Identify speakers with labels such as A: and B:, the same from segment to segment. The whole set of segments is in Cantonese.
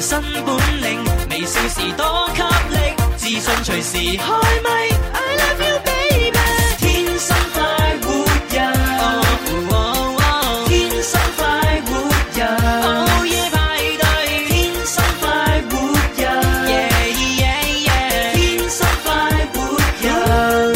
A: 新本領，微笑時多給力，自信隨時開咪。I love you baby，天生快活人，哦哦天生快活人，午夜派對，天生快活人，yeah yeah yeah，天生快活人。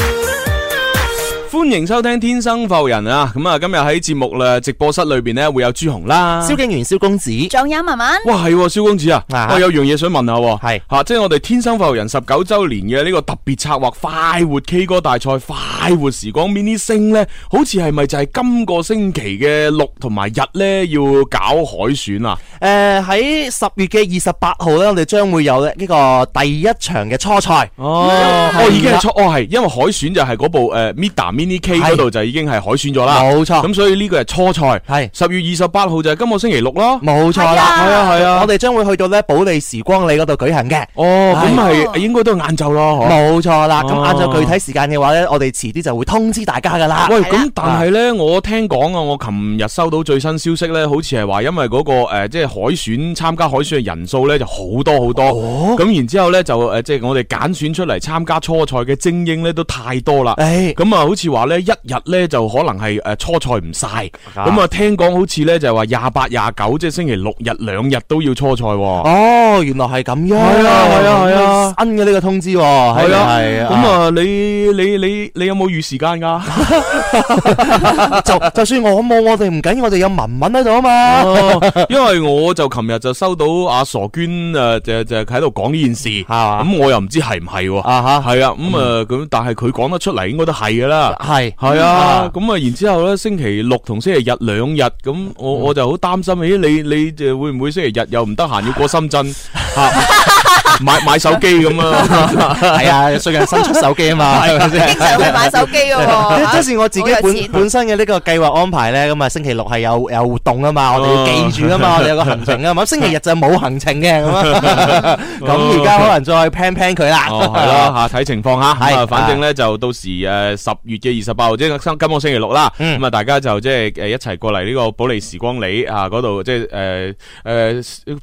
B: 欢迎收听《天生浮人》啊！咁啊，今日喺节目咧直播室里边咧会有朱红啦。
C: 萧敬元、萧公子，
D: 仲有文文，
B: 哇，系喎萧公子啊！
C: 啊
B: 我有樣嘢想問下喎，
C: 係
B: 吓，即係我哋天生浮人十九周年嘅呢個特別策劃快活 K 歌大賽、快活時光 mini 星咧，好似係咪就係今個星期嘅六同埋日咧要搞海選啊？
C: 诶呃喺十月嘅二十八號咧，我哋將會有呢個第一場嘅初賽。嗯
B: 哦
C: 係啦
B: 我已經係初，哦係，因為海選就係嗰部诶 Mida Mini K
C: 係
B: 嗰度就已經係海選咗啦，
C: 冇錯
B: 咁所以呢個係初賽，
C: 係
B: 十月二十八號就係今個星期六咯。
C: 冇錯
B: 係
C: 啦，
B: 啊係啊
C: 我哋將會去到咧保利時光里嗰度舉行嘅。
B: 哦，咁
D: 係
B: 係應該都係晏晝咯，嗬
C: 冇錯啦，咁
B: 哦
C: 晏晝具體時間嘅話咧，我哋遲啲就會通知大家噶啦。
B: 喂，
D: 係啦
B: 咁但係咧，我聽講啊，我琴日收到最新消息咧，好似係話因為嗰、個呃即係海選參加海選嘅人數咧就好多好多，
C: 哦
B: 咁、然之後咧就呃誒，即係我哋揀選出嚟參加初賽嘅精英咧都太多啦。
C: 誒，
B: 咁啊，好似話咧，一日咧就可能係誒初賽唔晒，
C: 啊
B: 咁啊聽講好似咧就係話廿八、廿九，即係星期六日兩日都要初賽喎。
C: 哦，原來係咁樣。
B: 係啊係啊係啊
C: 新嘅呢個通知喎。係
B: 係
C: 係
B: 咁啊，你你你你有冇預時間㗎？
C: 就就算我冇，我哋唔緊要，我哋有文文喺度啊嘛。
B: 哦，因為我就琴日就收到阿傻娟诶，就就喺度講呢件事，
C: 嘛
B: 咁我又唔知係唔係喎，
C: 啊哈，
B: 係啊，咁啊咁，但係佢講得出嚟，應該都係噶啦。
C: 係
B: 係啊，咁啊，然之后咧，星期六同星期日兩日，咁我
C: 嗯
B: 我就好擔心，咦，你你就會唔會星期日又唔得閒要過深圳 吓買買手機咁啊？
C: 係啊，最近新出手 機啊嘛，係咪先
D: 經常去買手機嘅 喎。
C: 即即是我自己
D: 好有
C: 本
D: 錢
C: 本身嘅呢個計劃安排咧，咁啊星期六係有有活動啊嘛，我哋要記住啊嘛，我哋有個行程啊嘛，咁星期日就冇行程嘅咁啊，咁而家可能再 plan plan 佢啦，
B: 哦， 係啦，吓睇情況吓，咁啊，
C: 係
B: 反正咧就到時诶十月嘅二十八號，即係今今個星期六啦，
C: 嗯
B: 咁啊，大家就即係诶一齊過嚟呢個保利時光里啊嗰度，即係诶诶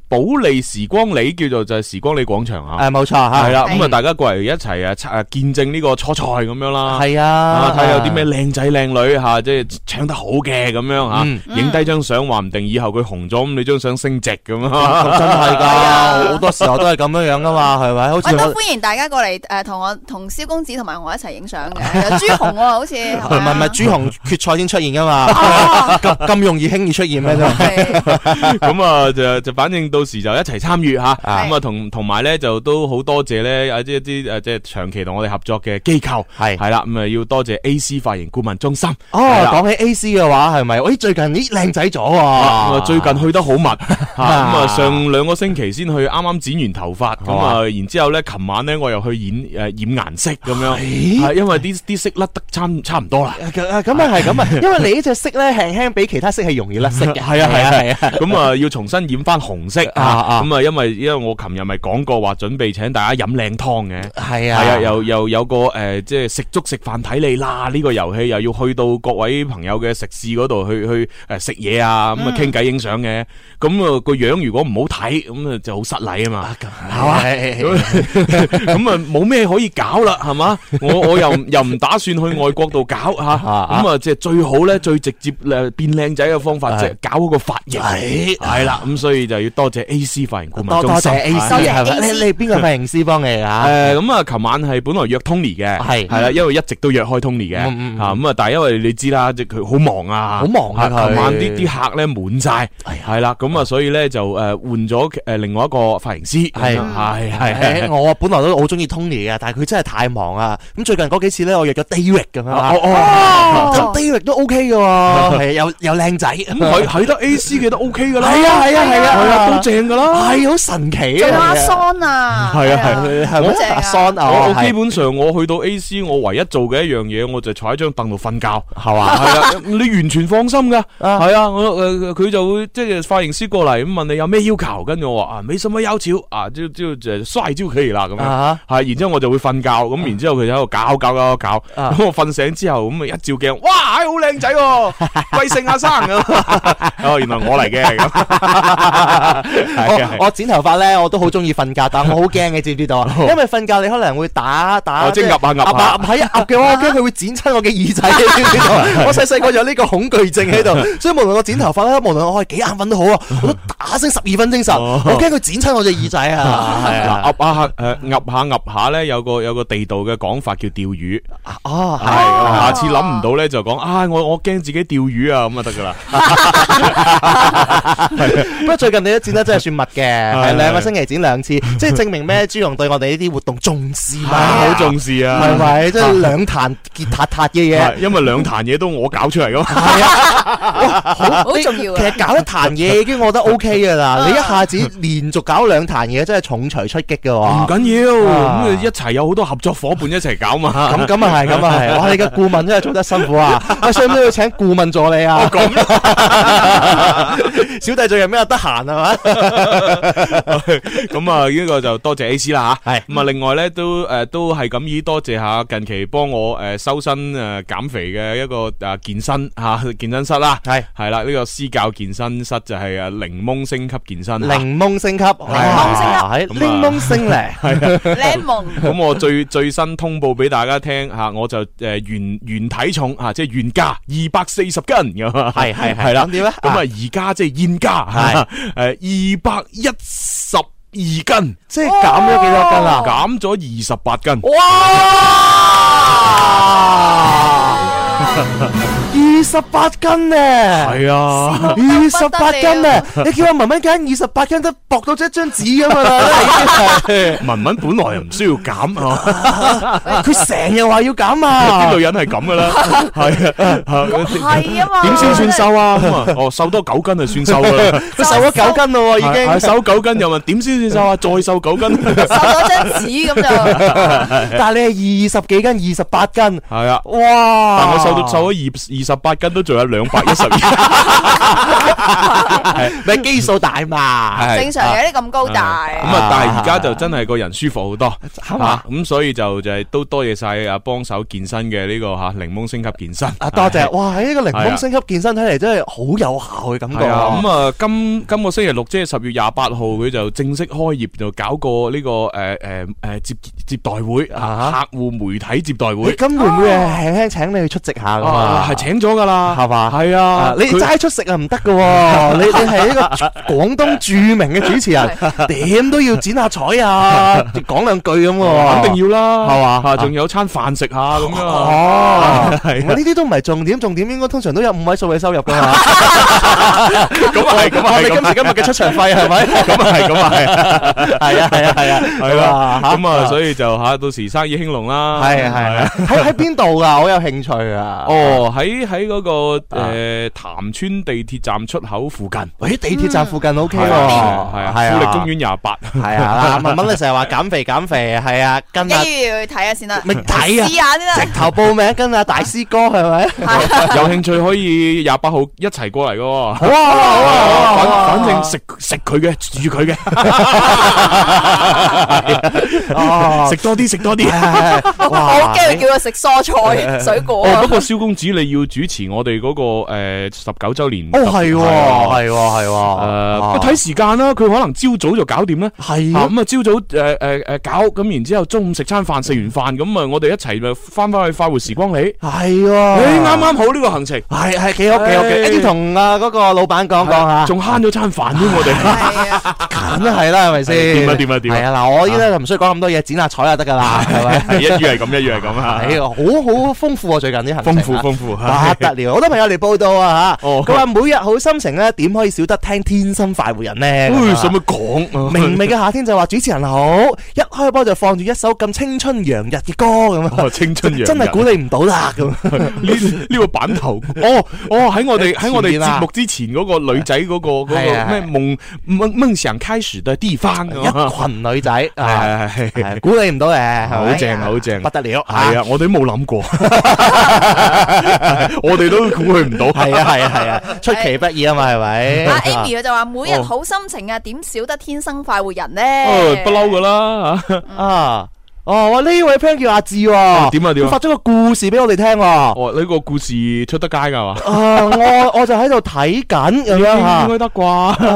B: 保利時光里叫做就係時光里廣場啊，
C: 誒冇錯嚇，嗯
B: 係啦，咁啊，
D: 係
B: 大家過嚟一齊啊啊見證呢個初賽咁樣啦。
C: 係
B: 啊！
C: 啊，
B: 睇下有啲咩靚仔靚女吓，即係唱得好嘅咁樣
C: 嗯
B: 吓，影低張相，話唔定以後佢紅咗，咁你張相升值咁啊！
C: 咁 真係
D: 係啊
C: 㗎，好多時候都係咁樣樣噶嘛，係咪？好
D: 我
C: 似
D: 都
C: 我。
D: 歡迎大家過嚟誒，同我同蕭公子同埋我一齊影相嘅， 有朱紅喎，好似係
C: 唔
D: 咪
C: 係唔
D: 啊
C: 係，朱紅決賽先出現噶嘛，咁咁容易輕易出現咩啫？
D: 係
B: 咁啊，就就反正到時就一齊參與吓，
C: 啊
B: 咁啊同同埋咧就都好多謝咧，有啲一啲啊誒即係長期同我哋合作嘅機構
C: 係
B: 係啦，咁啊要多謝 A C 髮型顧問中心
C: 哦，
B: 係啦
C: 講起 A C 嘅話，係咪？咦，最近咦靚仔咗
B: 啊咁
C: 喎
B: 啊！最近去得好 密嚇咁啊
C: 啊
B: 上兩個星期先去，啱啱剪完頭髮咁啊，然之後咧，琴晚咧我又去呃染誒染顏色咁樣，
C: 咦
B: 係因為啲啲色甩得差唔差唔多啦。
C: 哎咁啊咁啊係咁啊，因為你呢隻色咧輕輕比其他色係容易甩色嘅。
B: 係啊係啊
C: 係啊係啊。
B: 咁啊，要重新染翻紅色
C: 啊
B: 啊！
C: 啊
B: 咁啊，因為因為我琴日咪講過話準備請大家飲靚湯嘅，
C: 係
B: 係啊，又又有個誒，即係食粥食飯睇你啦！呢個遊戲又要去到各位朋友嘅食肆嗰度去去誒食嘢啊，咁啊傾偈影相嘅，咁啊個樣如果唔好睇，咁啊就好失禮啊嘛。
C: 係嘛？
B: 咁啊冇咩可以搞啦，係嘛？我我又唔又唔打算去外國度搞吓，
C: 啊
B: 咁啊即係最好咧，最直接誒變靚仔嘅方法，
C: 係
B: 即係搞嗰個髮型，
C: 係
B: 係啦，咁所以就要多謝 A C 髮型顧問
C: 多多
B: 中心。
C: 謝 A C
D: 多謝
C: 係咪？
D: AC
C: 你你邊個髮型師幫你啊？
B: 诶，咁啊，琴晚係本來約 Tony 嘅，
C: 係
B: 係啦，因為一直都約開 Tony 嘅，
C: 嗯嗯嗯
B: 啊咁啊，但係因為你知啦，即係佢好忙啊，
C: 好忙啊佢
B: 琴晚啲啲客咧滿晒，係啦，咁啊，所以咧就诶換咗诶另外一個髮型師，
C: 係
B: 係係
C: 嗯誒我本來都好中意 Tony 嘅，但係佢真係太忙啊！咁最近嗰幾次咧，我約咗 David 咁樣
B: 哦
C: 啊
B: 哦哦。
D: 哦
C: 咁 David 都 OK 嘅喎， 係又又靚仔，嗯
B: 咁佢睇得 A C 嘅都 OK 噶啦，
C: 係啊係啊係啊
B: 係啊都正噶啦。
C: 哎係好神奇
D: 仲有
C: 啊！
D: 阿桑桑啊，
B: 係啊係啊
D: 係
C: 係
D: 好
C: 咪
D: 正啊
C: 阿桑啊？
B: 我我
C: 係
B: 基本上我去到 A C，我唯一做嘅一樣嘢，我就坐喺張凳度瞓覺。
C: 係嘛？
B: 係啦，你完全放心噶，
C: 啊
B: 係啊，我诶佢就會即係髮型師過嚟咁問你有咩要求，跟住我話啊沒什麼要求啊，就就就帥就可以啦咁樣。
C: 啊
B: 係，然之後我就會瞓覺，咁然之後佢就喺度搞搞搞搞，
C: 啊
B: 咁我瞓醒之後咁啊一照鏡，哇，唉好靚 仔喎，貴姓啊阿生咁，哦，原來我嚟嘅咁，係嘅
C: 我我剪頭髮咧，我都好中意瞓覺， 但我好驚嘅，知唔知道啊？因為瞓覺你可能會打打，
B: 哦即
C: 係
B: 係噏下噏下
C: 噏 係啊，噏嘅話，我驚佢會剪親我嘅耳 仔，知唔知道啊？我細細個有呢個恐懼症喺度，所以無論我剪頭 髮咧，無論我係幾眼瞓都好啊，我都打醒十二分精神，
B: 哦
C: 我驚佢剪親我隻耳仔啊！ 係啊，
B: 嗱，噏下诶，噏下噏下咧，有個有個地道嘅講法叫釣魚。
C: 哦
B: 系，，下次諗唔到咧就講啊，我我惊自己釣魚啊，咁啊得噶啦。
C: 不過最近你都剪得真係算密嘅，係
B: 係
C: 兩個星期剪兩 次，即係證明咩？朱紅對我哋呢啲活動重視
B: 係好
C: 嘛，
B: 重視 啊，
C: 係咪？即係兩壇結塔塔嘅嘢。
B: 係因為兩壇嘢都我搞出嚟噶嘛。
C: 系啊，
D: 好重要啊
C: 其實搞一壇嘢已經我覺得 O K 噶啦，
D: 啊
C: 你一下子連續搞兩壇嘢，真係重錘出擊嘅
B: 唔
C: 喎。
B: 緊要，
C: 啊
B: 咁一齊有好多合作伙伴一齊搞嘛。
C: 咁咁啊係，咁 啊係，哇！ 你嘅顧問真係做得辛苦啊！啊，需唔需要請顧問助理啊？
B: 哦咁啦
C: 小弟最近比較得啊閒係嘛？
B: 咁啊呢個就多謝 A C 啦吓。
C: 係
B: 咁啊，另外咧都诶都係咁以多謝下近期幫我诶修身诶减肥嘅一個诶健身吓健身室啦。
C: 係
B: 係啦，呢個私教健身室就係啊檸檬升級健身。
C: 檸檬升級，檸
B: 啊
D: 檸
B: 升級
C: 檸檬升 咧，
B: 啊
D: Lemon
B: 咁我最最新通報俾大家聽吓，我就诶原原體重吓，即係原價二百四十斤咁啊。
C: 係係
B: 係啦
C: 咁點咧？
B: 咁啊，而家即係現價
C: 係
B: 诶二百一十二斤，
C: 即係減咗幾多斤啊？
B: 減咗二十八斤。
C: 哇！二十八斤呢？
B: 係啊，
C: 二十八斤啊！你叫我文文揀二十八斤都薄到一張紙咁啊噶 啦，
B: 文文本來又唔需要減啊，
C: 佢成日話要減啊
B: 啲女！人係咁 噶啦，
E: 哦
B: 係啊，
D: 係啊嘛，
B: 點先算瘦啊？咁啊，哦，瘦多九斤就算瘦 噶啦。
C: 佢瘦咗九斤咯喎，已
B: 係
C: 經。
B: 瘦九斤又問點先算瘦啊？再瘦九斤，係
D: 瘦咗張紙咁就，
C: 但係你係二十幾斤，二十八斤，
B: 啊。
C: 哇！
B: 但我瘦到瘦咗二二十八斤，都仲有兩百一十二，
C: 咪基數大嘛？
B: 係
D: 正常嘅，你咁高
B: 咁
D: 大，
B: 啊，但係而家就真係個人舒服好多，
C: 係嘛
B: 啊咁所以就就係都多謝晒啊幫手健身嘅呢個吓檸檬升級健身。
C: 啊，多 謝！哇，呢個檸
B: 係啊
C: 檬升級健身睇嚟真係好有效嘅感覺
B: 係啊，咁啊，今今个星期六即係十月廿八號，佢就正式開業，就搞個呢個诶诶诶接接待會
C: 啊
B: 啊，客戶媒體接待
C: 你
B: 會
C: 今會唔會係輕輕請你去出席下㗎嘛？
B: 啊，係請咗㗎啦，
C: 係嘛
B: 係啊
C: 啊！，你
B: 佢
C: 齋出食啊唔得嘅 喎，你 你係一個廣東著名嘅主持人，點都要剪下彩 啊，講兩句咁喎，
B: 肯定要啦，
C: 係嘛
B: 啊仲有餐飯食下咁樣啊。
C: 哦，
B: 係啊
C: 唔係呢啲都唔係重點，重點應該通常都有五位數嘅收入㗎嘛。
B: 咁啊係，咁啊
C: 我
B: 係，
C: 哋
B: 咁
C: 今
B: 啊
C: 時今日嘅出場費係咪？
B: 係，咁啊係，咁啊係。
C: 係啊係啊係啊，
B: 系啦，
C: 嚇
B: 咁啊，所以就吓到時生意興隆啦。
C: 係係係喺喺邊度㗎？我有興趣啊！，
B: 哦，喺喺嗰個诶潭村地鐵站出口附近，
C: 喂，地鐵站附近 OK 喎，
B: 係啊，係啊，富力公園廿八。
C: 係啊，嗱文 文你成日話減肥減肥，係啊，跟啊
D: 一於要去睇下先啦，
C: 咪睇啊
D: 試下先啦
C: 直，頭報名跟啊大師哥係咪？
B: 有興趣可以廿八號一齊過嚟噶。
C: 好啊好啊好啊好啊！
B: 反反正食食佢嘅，住佢 嘅，
C: 哦，
B: 食多啲，食多啲。
D: 我好驚佢叫佢食蔬菜水果
B: 啊哦，
D: 啊
B: 不，過蕭公子你要主持我哋嗰個诶十九周年
C: 哦，係喎，
B: 啊
C: 係喎，係
B: 诶，
C: 喎，
B: 不過睇時間啦，佢可能朝早就搞掂咧。
C: 係
B: 啊
C: 啊，
B: 咁啊，朝早诶诶诶搞，咁然之後中午食餐飯，食完飯咁啊，我哋一齊咪翻返去快活時光里。
C: 係喎，
B: 誒啱啱好呢個行程，
C: 係係幾好幾好幾好，
B: 唉
C: 一啲同啊嗰個老闆講講嚇，
B: 仲慳咗 餐飯添，我哋。
D: 係啊，
C: 梗係啦，係咪先？
B: 點啊點啊點啊
C: 係啊， 嗱，我依家就唔需要講咁多嘢，剪下彩就得 㗎啦，係咪？
B: 係一於係咁，一於係咁啊
C: 哎係啊，好好豐富啊，最近啲行程啊
B: 豐富豐富，
C: 哇！
B: 係
C: 得了，好多朋友嚟報道啊吓，
B: 哦
C: 佢話每日好心情咧，點可以少得聽《天生快活人》呢？
B: 唉，
C: 咁啊
B: 哎使乜講啊？
C: 明媚嘅夏天就話主持人好，一開波就放住一首咁青春洋溢嘅歌咁啊，
B: 哦青春洋溢
C: 真係估你唔到啦咁。啊
B: 呢呢個版頭，哦哦，喺我哋喺我哋
C: 前面啊
B: 節目之前嗰個女仔嗰個嗰個
C: 係啊哎
B: 咩夢夢夢想開始嘅地方啊，
C: 一 群 女仔啊，
B: 係係係
C: 係估你唔到嘅，係咪啊
B: 好正好正
C: 不得了，
B: 係
C: 啊。
B: 啊，我哋都冇 諗過，我哋都估佢唔到，
C: 系啊系啊系啊，出其不意啊嘛，係咪？
D: 阿 Amy 佢就話：每日
B: 哦
D: 好心情啊，點少得天生快活人呢？
B: 哦不嬲噶啦嚇
C: 啊，哦，哇呢位 friend 叫阿志
B: 哦
C: 喎，
B: 點啊點
C: 佢
B: 啊
C: 發咗個故事俾我哋聽喎。
B: 哦，呢個故事出得街㗎嘛？
C: 啊，我我就喺度睇緊咁樣
B: 應
C: 吓。
B: 該得啩？
C: 啊，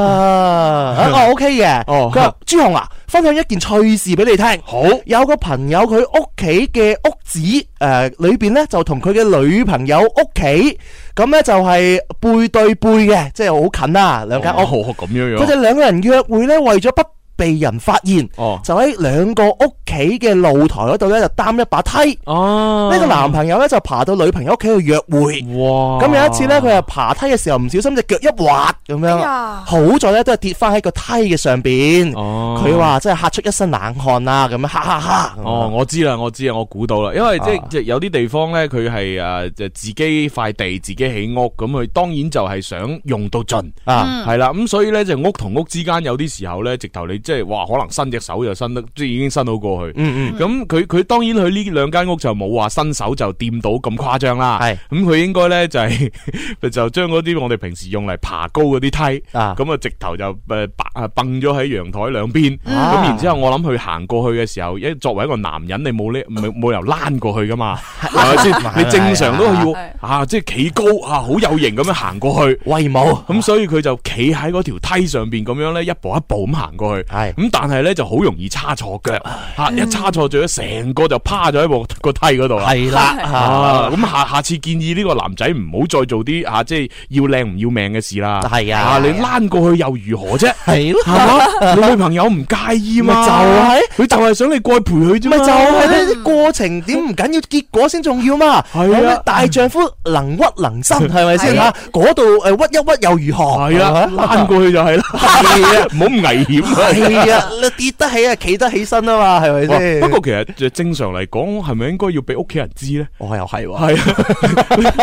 C: 啊我 OK 嘅。
B: 哦
C: 佢話朱紅啊，分享一件趣事俾你聽。
B: 好，
C: 有個朋友佢屋企嘅屋子誒裏邊咧，就同佢嘅女朋友屋企咁咧就係背對背嘅，即係好近啦兩間屋。
B: 哦咁樣
C: 佢
B: 樣，
C: 哋兩個人約會咧，為咗不被人發現，
B: 哦
C: 就喺兩個屋企嘅露台嗰度咧，就擔一把梯。
B: 哦，
C: 呢、個男朋友咧就爬到女朋友屋企去約會。
B: 哇，
C: 咁有一次咧，佢係爬梯嘅時候唔小心只腳一滑咁
D: 哎
C: 樣，
D: 呀
C: 好在咧都係跌翻喺個梯嘅上邊。
B: 哦
C: 佢話真係嚇出一身冷汗啦，咁樣哈哈哈。
B: 哦，我知啦，我知啊，我估到啦，因為即
C: 啊
B: 即有啲地方咧，佢係誒就自己塊地自己起屋，咁佢當然就係想用到盡。
C: 啊，
B: 係啦，咁所以咧就屋同屋之間有啲時候咧，直頭你即係哇，可能伸隻手就伸得，即係已經伸到過去。
C: 嗯
B: 咁佢佢當然佢呢兩間屋就冇話伸手就掂到咁誇張啦。
C: 係
B: 咁佢應該咧就係 就將嗰啲我哋平時用嚟爬高嗰啲梯，
C: 啊
B: 咁啊直頭就誒白啊蹦咗喺陽台兩邊。
C: 啊
B: 咁然之後我諗佢行過去嘅時候，因為作為一個男人，你冇呢冇冇理由躝過去噶嘛，係 咪
C: 係
B: 先？你正常都要
D: 係
B: 啊，即係企高啊，好有型咁樣行過去。
C: 嗯，威武。
B: 咁所以佢就企喺嗰條梯上邊咁樣咧，一步一步咁行過去。
C: 係
B: 咁，但係咧就好容易叉錯腳，吓一叉錯咗，成個就趴咗喺部個梯嗰度啦。
C: 係啦，啊
B: 啊，咁下下次建議呢個男仔唔好再做啲吓，即係要靚唔要命嘅事啦。
C: 係啊
B: 你躝過去又如何啫？
C: 係咯
B: 係。 嘛？你女朋友唔介意嘛？
C: 咪就係
B: 佢就係想你過去陪佢啫
C: 咪
B: 嘛。
C: 就係呢啲過程點唔緊要，結果先重要嘛。
B: 係啊
C: 有啲大丈夫能屈能 伸，係咪先
D: 係
C: 嚇
D: 啊？
C: 嗰度誒屈一屈又如何？
B: 係啦，躝過去就係啦，唔好咁危險啊。
C: 係啊，你跌得起啊，企得起身啊嘛，係咪
B: 哇
C: 先？
B: 不過其實正常嚟講，係咪應該要俾屋企人知咧？
C: 我又係喎，
B: 系啊，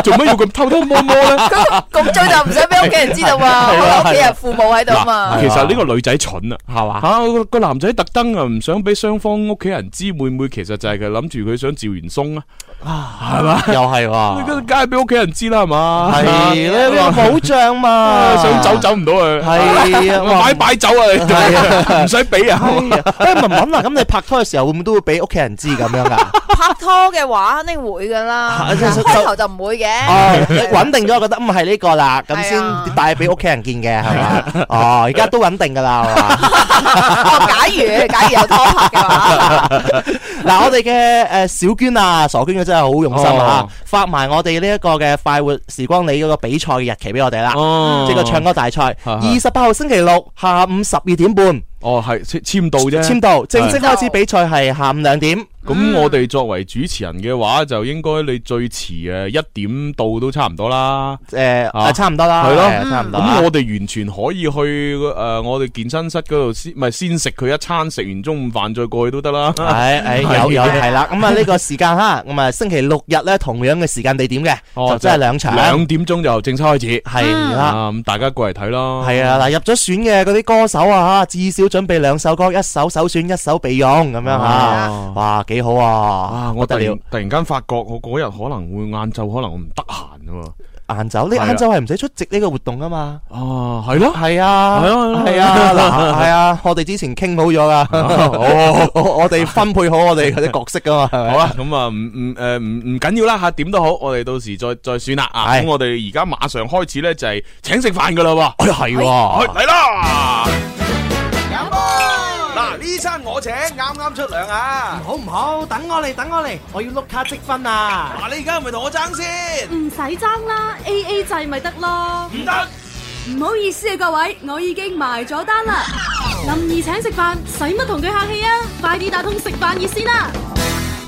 B: 做乜要 咁偷偷摸摸咧？
D: 咁最就唔想俾屋企人知道嘛，
C: 係啊
D: 我屋企人父母喺度啊嘛
B: 嗱，。其實呢個女仔蠢啊，
C: 係嘛？
B: 吓個個男仔特登啊，唔想俾雙方屋企人知，會唔會其實就係佢諗住佢想趙元松啊？
C: 又係
B: 咁
C: 喎，
B: 梗係俾屋企人知啦，啊係嘛？
C: 係咧呢個保障嘛
B: 啊， 想走走唔到啊，
C: 係啊，
B: 擺擺酒啊，唔使俾啊。
C: 係啊。誒文文啊，咁你拍拖嘅時候會唔會都會俾屋企人知咁樣 㗎？
D: 拍拖嘅話肯定會噶啦，
C: 係就
D: 開頭就唔會嘅。
C: 哦，你穩定咗，覺得唔係呢個啦，咁
D: 係啊
C: 先帶俾屋企人見嘅，係嘛？哦，而家都穩定㗎啦，係嘛？
D: 哦，假如假如有拖拍嘅話，
C: 嗱，我哋嘅誒小娟啊，傻娟佢真係好用心啊
B: 哦，
C: 發埋我哋呢一個嘅快活時光里嗰個比賽嘅日期俾我哋啦，
B: 哦
C: 即係個唱歌大賽，
B: 係
C: 二十八號星期六下午十二點半
B: 哦，係簽簽到啫。
C: 簽到，正式開始比賽係下午兩點，
B: 咁我哋作為主持人嘅話，就應該你最遲誒一點到都差唔多啦。
C: 誒
B: 啊
C: 誒差唔多啦，
B: 係咯
F: 嗯
C: 誒差唔多啦
B: 咁。我哋完全可以去誒、呃我哋健身室嗰度先，咪先食佢一餐，食完中午飯再過去都得啦。
C: 係係 哎有有係啦，咁啊呢個時間哈，咁啊星期六日咧同樣嘅時間地點嘅，
B: 哦
C: 就真係兩場，
B: 兩點鐘就正式開始，
C: 係啦。
B: 啊咁大家過嚟睇啦。
C: 系啊，嗱入咗選嘅嗰啲歌手啊，至少準備兩首歌，一首首選，一首備用咁樣吓
B: 哦，
C: 哇，幾好啊！
B: 啊！我
C: 不
B: 突
C: 得
B: 然
C: 了，
B: 突然間發覺，我嗰日可能會晏晝，可能我唔得閒啊喎。
C: 晏晝你
B: 係啊
C: 晏晝係唔使出席呢個活動噶嘛？
B: 啊，係咯。
C: 係啊，
B: 係啊哦
C: 係啊，嗱，係啊，我哋之前傾好咗噶， 我我我哋分配好我哋嗰啲角色噶嘛，係咪
B: 好啦，咁啊，唔唔诶，唔唔紧要啦吓，點都好，我哋到時再再算啦啊！
C: 係
B: 咁我哋而家馬上開始咧，就係請食飯噶啦喎，
C: 哎係
B: 去
C: 喎，
B: 嚟啦！
G: 嗱，呢餐我請，啱啱出糧啊！
H: 好唔好？等我嚟，等我嚟，我要碌卡積分啊！
G: 嗱，你而家係咪同我爭先？
I: 唔使爭啦，A A 制咪得咯。
G: 唔得，
I: 唔好意思啊，各位，我已經埋咗單啦。林兒請食飯，使乜同佢客氣啊？快啲打通食飯熱先啦！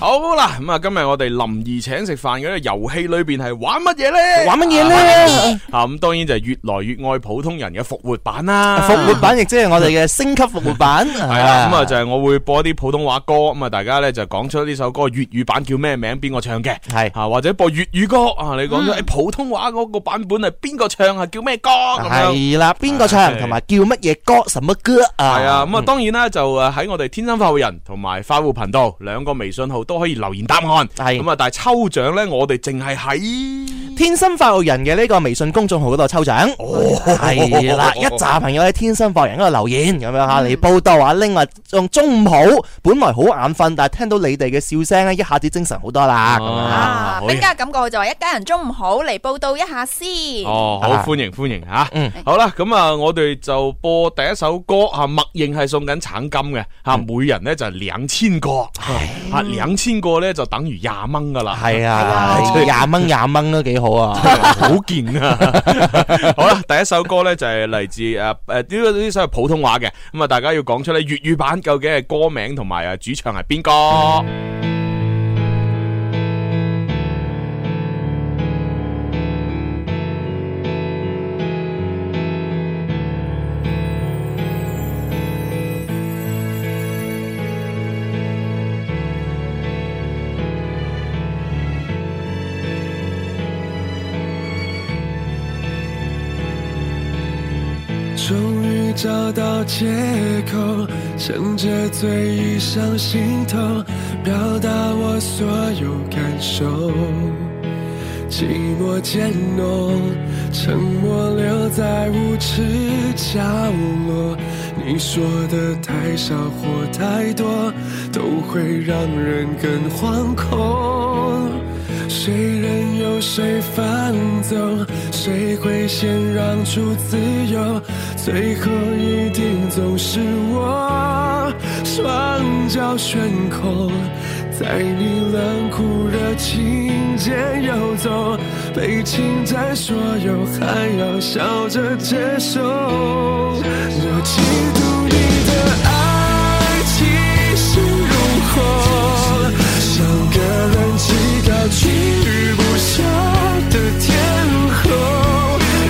B: 好啦，咁啊，今日我哋林兒請食飯嘅呢遊戲裏边係玩乜嘢咧？
C: 玩乜嘢咧？
B: 啊？咁當然就係越來越愛普通人嘅復活版啦。
C: 復活版亦啊即係我哋嘅升級復活版。系
B: 系啦，咁啊就啊係我會播一啲普通話歌，咁啊大家咧就講出呢首歌粵語版叫咩名，邊個唱嘅，
C: 係
B: 啊或者播粵語歌啊，你
C: 嗯
B: 講咗誒普通話嗰個版本係邊個唱，係叫咩歌咁樣。
C: 系啦，邊個唱同埋叫乜嘢歌，什麼歌啊？
B: 系啊，咁啊，當然啦，就诶喺我哋天生發育人同埋發育頻道兩個微信號都可以留言答案。
C: 係
B: 咁啊，但係抽獎咧，我哋淨係喺
C: 天生發育人嘅呢個微信公眾號嗰度抽獎，
B: 哦
C: 係 啦，一紮朋友喺天生發育人嗰度留言咁樣吓
B: 嗯
C: 嚟報道啊。另外用中午好，本來好眼瞓，但係聽到你哋嘅笑聲咧，一下子精神好多啦。咁樣
B: 啊
D: 啊，
B: 好嘢
D: 兵家感覺佢就話一家人中午好嚟報道一下先。
B: 哦，好
C: 啊
B: 歡迎歡迎吓。
C: 嗯
B: 好啦，咁啊，我哋就播第一首歌啊，默認係送緊橙金嘅吓，
C: 嗯
B: 每人咧就兩千個吓，兩千個咧就等於廿蚊噶啦。
C: 係 啊，廿蚊廿蚊都幾好啊。
B: 哎好健啊！ 好啦，第一首歌咧就係嚟自诶诶呢個呢首係普通話嘅，咁啊大家要講出咧粵語版究竟係歌名同埋啊主唱係邊個？
E: 终于找到借口，趁着醉意上心头，表达我所有感受。寂寞渐浓，沉默留在无耻角落。你说的太少或太多，都会让人更惶恐。谁任由谁放纵，谁会先让出自由？最后一定总是我，双脚悬空，在你冷酷热情间游走，被侵占所有，还要笑着接受。我嫉妒你的爱气势如虹，像个人气高去不下的天后。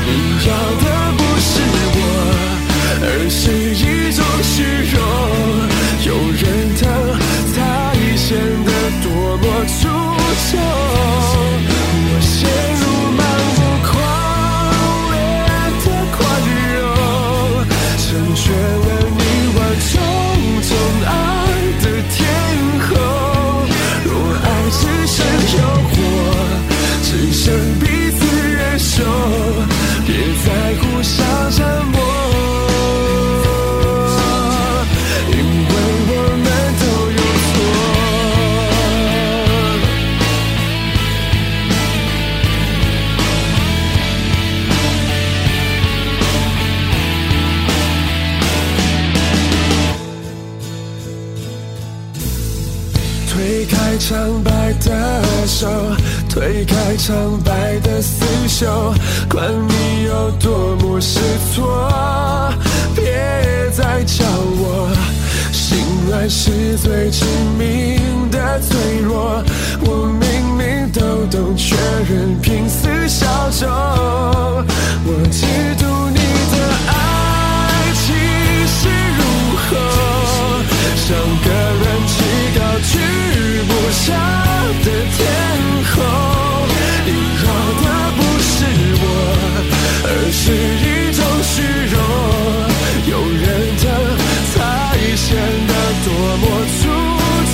E: 你要的不是我，而是一种虚荣。有人疼才显得多么出众。我陷入盲目狂烈的宽容，成全了你万种宠爱的天后。若爱只剩诱惑，只剩彼此忍受，别在乎相沉默。因为我们都有错。推开苍白的手，推开苍白的刺绣，管你有多么失措，别再叫我。心软是最致命的脆弱，我明明都懂，却仍拼死效忠。我嫉妒你的爱气势如虹，像个人气高去不下的天后。你要的不是我，而是一种虚荣。有人疼才显得多么出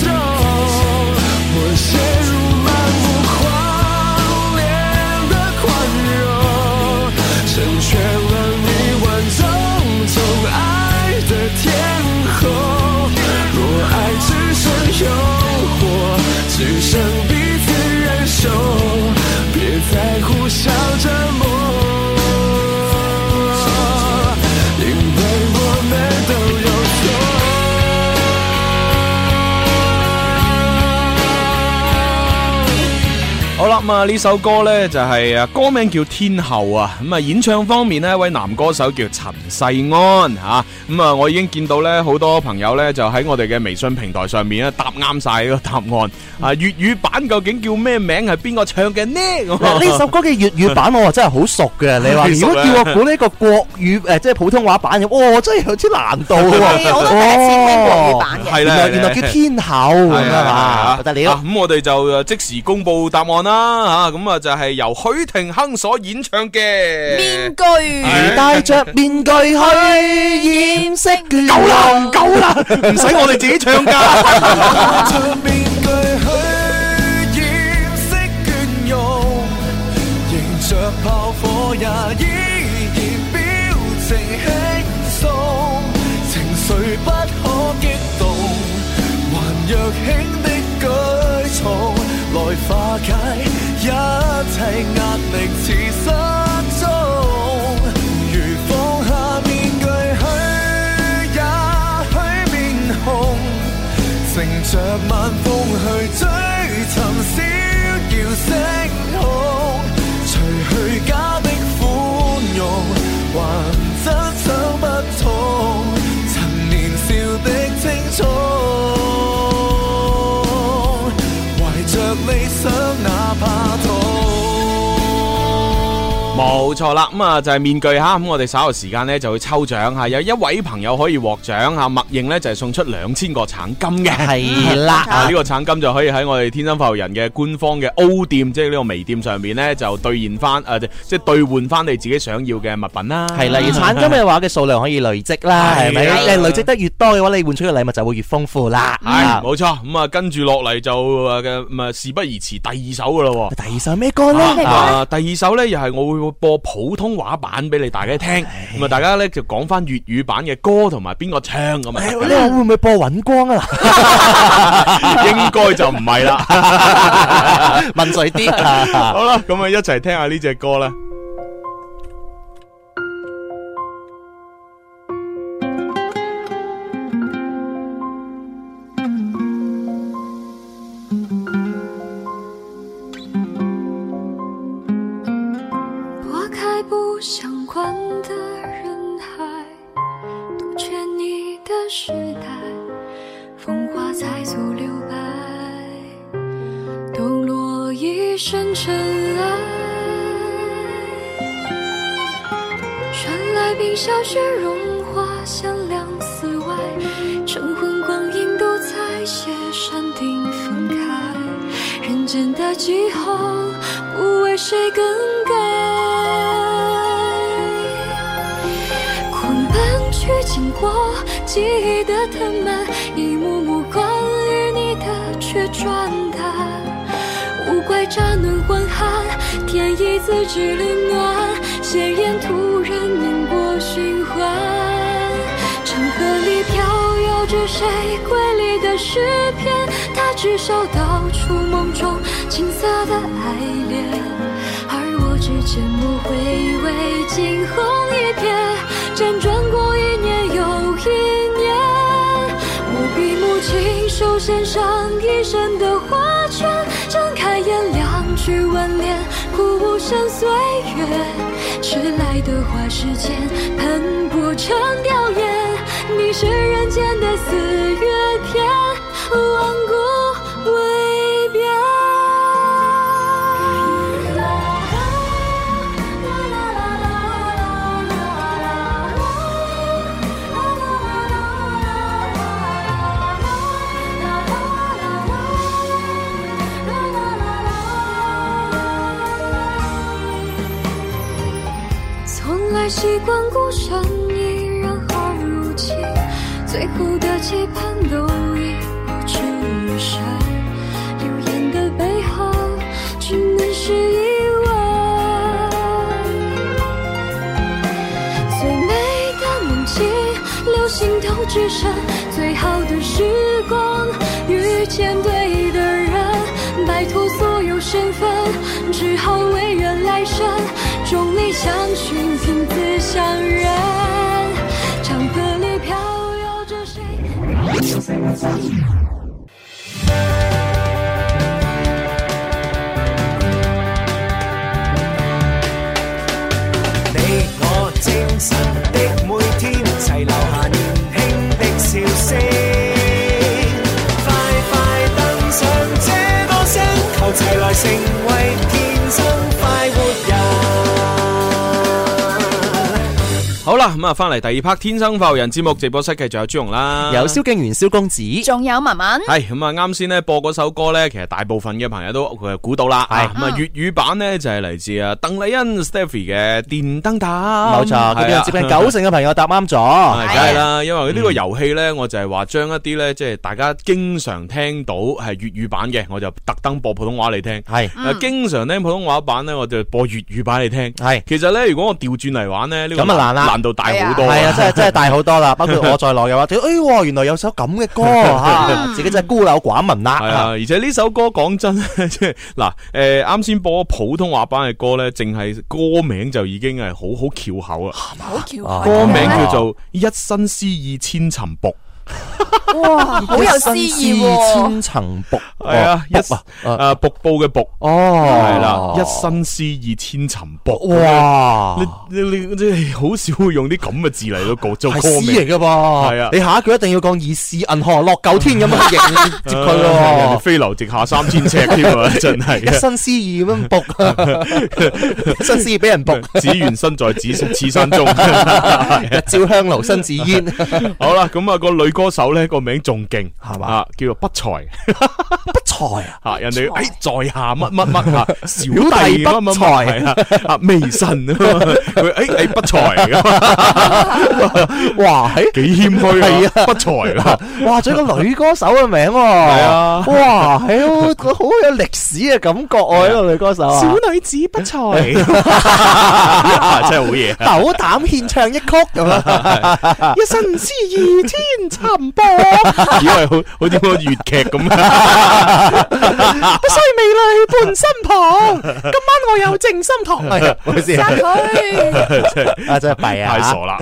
E: 众。我陷入盲目狂。
B: 啊！呢首歌呢，就係啊，歌名叫《天后》啊。咁啊，演唱方面呢，一位男歌手叫陳世安吓。咁啊，我已經見到呢好多朋友呢，就喺我哋嘅微信平台上面咧答啱晒呢個答案。啊，粵語版究竟叫咩名？係邊個唱嘅呢？咁啊
C: 呢首歌嘅粵語版我真係好熟嘅，你話
B: 係
C: 如
B: 熟啊
C: 果
B: 咧
C: 叫我估呢個國語誒，呃即係普通話版嘅，哇，真係有啲難度喎。
D: 啊係我都第一次聽國語版
B: 係
D: 嘅。
B: 啦
C: 原來原來叫天后咁樣啊，
B: 啊
C: 不得
B: 啊
C: 了！
B: 咁我哋就呃即時公布答案啦吓。咁啊，就係由許廷鏗所演唱嘅。
D: 面具
C: 而戴着面具去掩飾倦
B: 夠啦，唔
C: 容
B: 夠啦，唔使我哋自己唱㗎。
E: 像面具去掩飾倦容，迎着炮火也依然表情輕鬆，情緒不可激動，還若輕的舉重來化解一切壓力，似失蹤。如放下面具去，也許面紅。乘着晚風去追尋逍遙星空，除去假的寬容，還真想不通曾年少的青蔥，懷着理想哪怕痛。
B: 冇錯啦，咁啊就係面具吓，咁我哋稍後時間呢就會抽獎吓，有一位朋友可以獲獎吓，默認呢就係送出兩千個橙金嘅。
C: 係啦，
B: 啊！呢個橙金就可以喺我哋天生發育人嘅官方嘅 O 店，即係呢個微店上面呢，就兌現翻呃誒，即即係兌換翻你自己想要嘅物品啦。
C: 係啦，而產金嘅話嘅數量可以累積啦，係咪？
B: 啊係啊
C: 你累積得越多嘅話，你換出嘅禮物就會越豐富啦。
B: 係冇錯，咁啊跟住落嚟就誒嘅，咁啊事不宜遲，第二首噶咯。
C: 第二首咩歌咧？
B: 啊，第二首呢，又係我會播普通話版俾你大家聽，咁啊大家呢，就講翻粵語版嘅歌同埋邊個唱咁
C: 誒
B: 啊，
C: 呢個會唔會播尹光啊？
B: 應該就唔係啦。
C: 問水啲啊！
B: 好啦，咁啊一齊聽下呢只歌啦。
J: 拨开不相关的人海，杜绝你的时代，风华再度留白，抖落一身尘埃。传来冰消雪融化，香两寺外，晨昏光影都在写山顶分开，人间的气候不为谁更改。狂奔去经过记忆的藤蔓，一幕幕关于你的却转淡，无怪乍暖还寒，添一字之冷暖，鲜艳突然因果循环，长河里飘摇着谁瑰丽的诗篇，它至少道出梦中青涩的爱恋。而我只瞑目回味惊鸿一瞥，辗转过一年又一年，我闭目亲手献上一生的花圈，张开眼两句挽联，鼓舞声岁月，迟来的花时间喷薄成凋叶，你是人间的四月天，万古未变。从来习惯孤身一人，而如今最后的期盼都已无处无声。流言的背后，只能是疑问。最美的梦境留心头只剩最好的时光，遇见对的人，摆脱所有身份，只好为缘来生，众里相寻，凭自相认。长河里飘摇着谁？
G: 實的每天，齊留下年輕的笑聲。快快登上這歌聲，求齊來成為天生快活人。
B: 好啦，咁啊，翻嚟第二 part《天生快活人》節目直播室，繼續有朱紅啦，
C: 有蕭敬元、蕭公子，
D: 仲有文文，
B: 系咁啊！啱先咧播嗰首歌咧，其實大部分嘅朋友都佢估到啦。系咁啊，粵語版咧就係嚟自啊鄧麗欣 Stephy 嘅《電燈膽》。
C: 冇錯，
B: 係啊
C: 咁有接近九成嘅朋友答啱
B: 係
C: 咗。
B: 啊梗係啦，因為呢個遊戲咧，我就係話將一啲咧，即係大家經常聽到係粵語版嘅，我就特登播普通話你聽。
C: 係嗯
B: 誒，經常聽普通話版咧，我就播粵語版你聽。
C: 係
B: 其實咧，如果我調轉嚟玩咧，呢個
C: 咁啊難啦
B: 難度大好多。
C: 係啊，真係 真係大好多啦，包括我在內嘅話，哎，原來有首咁嘅歌嚇，自己真係孤陋寡聞
B: 系啊，
C: 啦。
B: 而且呢首歌講真，即係嗱，诶，啱先播普通話版嘅歌咧，淨係歌名就已經係好好翹口啊！
D: 好巧合，
C: 啊
B: 歌名叫做《一生思意千尋瀑》，
D: 哇，好有詩意哦喎，
C: 千層瀑，
B: 係啊，一
C: 瀑啊，
B: 诶瀑布嘅瀑，
C: 哦，
B: 係啦，一生思意千尋瀑，！
C: 哇，
B: 你你你即係好少會用啲咁嘅字嚟到告做
C: 係
B: 歌
C: 詩
B: 名
C: 嚟。噶噃，
B: 係啊
C: 你下一句一定要講疑是銀河落九天咁啊 樣迎 接佢
B: 唉人哋
C: 咯。
B: 飛流直下三千尺添啊！真
C: 一
B: 係，
C: 身诗意咁样仆，一身诗意俾人仆，
B: 只緣身在此此山中。
C: 日照香爐身自煙，不
B: 好啦，咁啊個女歌手咧個名仲勁，
C: 係嘛
B: 啊叫做不 才。
C: 才 啊！
B: 吓人哋诶哎在下乜乜乜吓，小弟
C: 弟
B: 乜乜
C: 不才
B: 乜係啊，啊微臣啊嘛，佢诶
C: 哎
B: 诶不才咁，
C: 哇，喺
B: 几谦虚啊，不才啊，
C: 哇，仲有一個女歌手嘅名喎，
B: 係啊
C: 哇，係好佢好有歷史嘅感覺喎，呢個女歌手啊，
B: 女子不 才，啊真係好嘢啊。
C: 斗膽獻唱一曲咁 啊，一身诗意千尋瀑，
B: 以為好好似個粵劇咁，啊
C: 不須美女伴身 旁，今晚我有靜心 堂，係啊，好先
D: 殺佢，
B: 真係
C: 啊，真係弊啊，
B: 太傻啦。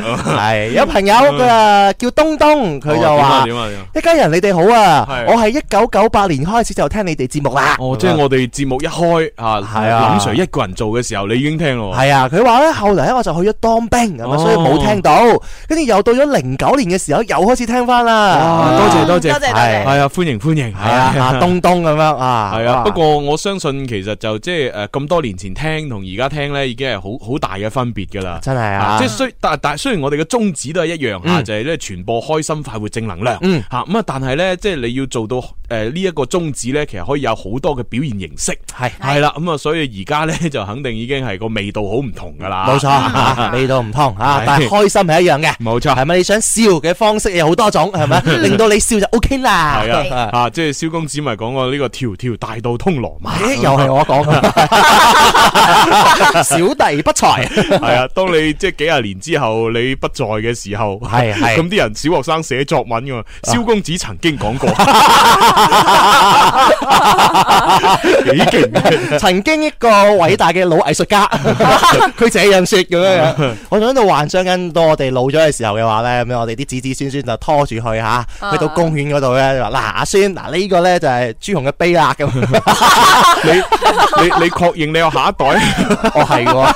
C: 系有朋友佢 啊叫東東，佢就話：
B: 點啊點啊點啊
C: 一家人你哋好啊！
B: 係
C: 我係一九九八年開始就聽你哋節目啦。
B: 哦，即係我哋節目一開啊，
C: 係啊
B: 林 Sir 一個人做嘅時候，你已經聽咯喎。
C: 係啊，佢話咧後嚟咧我就去咗當兵，咁啊
B: 哦
C: 所以冇聽到。跟住又到咗零九年嘅時候又開始聽翻
B: 哇
C: 啦。
B: 多謝多
D: 多謝
B: 謝，
D: 多
C: 係
D: 謝。
B: 係啊，歡迎歡迎，
C: 係 啊，啊東東咁樣啊，
B: 系啊，
C: 哇
B: 不過我相信其實就即係诶咁多年前聽同而家聽咧，已經係好好大嘅分別㗎啦。
C: 真係啊
B: 即係雖但但雖然我哋嘅宗旨都係一樣吓，啊
C: 嗯
B: 就係咧傳播開心快活正能量
C: 嗯
B: 吓咁啊，但係咧即係你要做到诶呢一個宗旨咧，其實可以有好多嘅表現形式。
C: 係
B: 係啦，咁啊，所以而家咧就肯定已經係個味道好唔同㗎啦。
C: 冇錯 啊，味道唔同啊
B: 係，
C: 但係開心係一樣嘅。
B: 冇錯
C: 係咪你想笑嘅方式有好多種， 係咪令到你笑就 O K 啦？
B: 係啊，啊，即係蕭公子咪講過呢個條條大道通羅馬。
C: 咦，又係我講 嘅，小弟不才。
B: 系啊，当你即系几廿年之后你不在嘅时候，
C: 係係
B: 咁啲人小学生写作文噶嘛，萧公子曾经讲过， 几劲，
C: 曾經一個偉大嘅老藝術 家，佢這樣説咁樣樣。我仲喺度幻想緊，到我哋老咗嘅時候嘅話咧，咁樣我哋啲子子孫孫就拖住佢嚇，去到公園嗰度咧，就話嗱阿孫，嗱呢個咧就係朱紅嘅碑啦咁。
B: 你你你确认你有下一 代，
C: 我係 喎，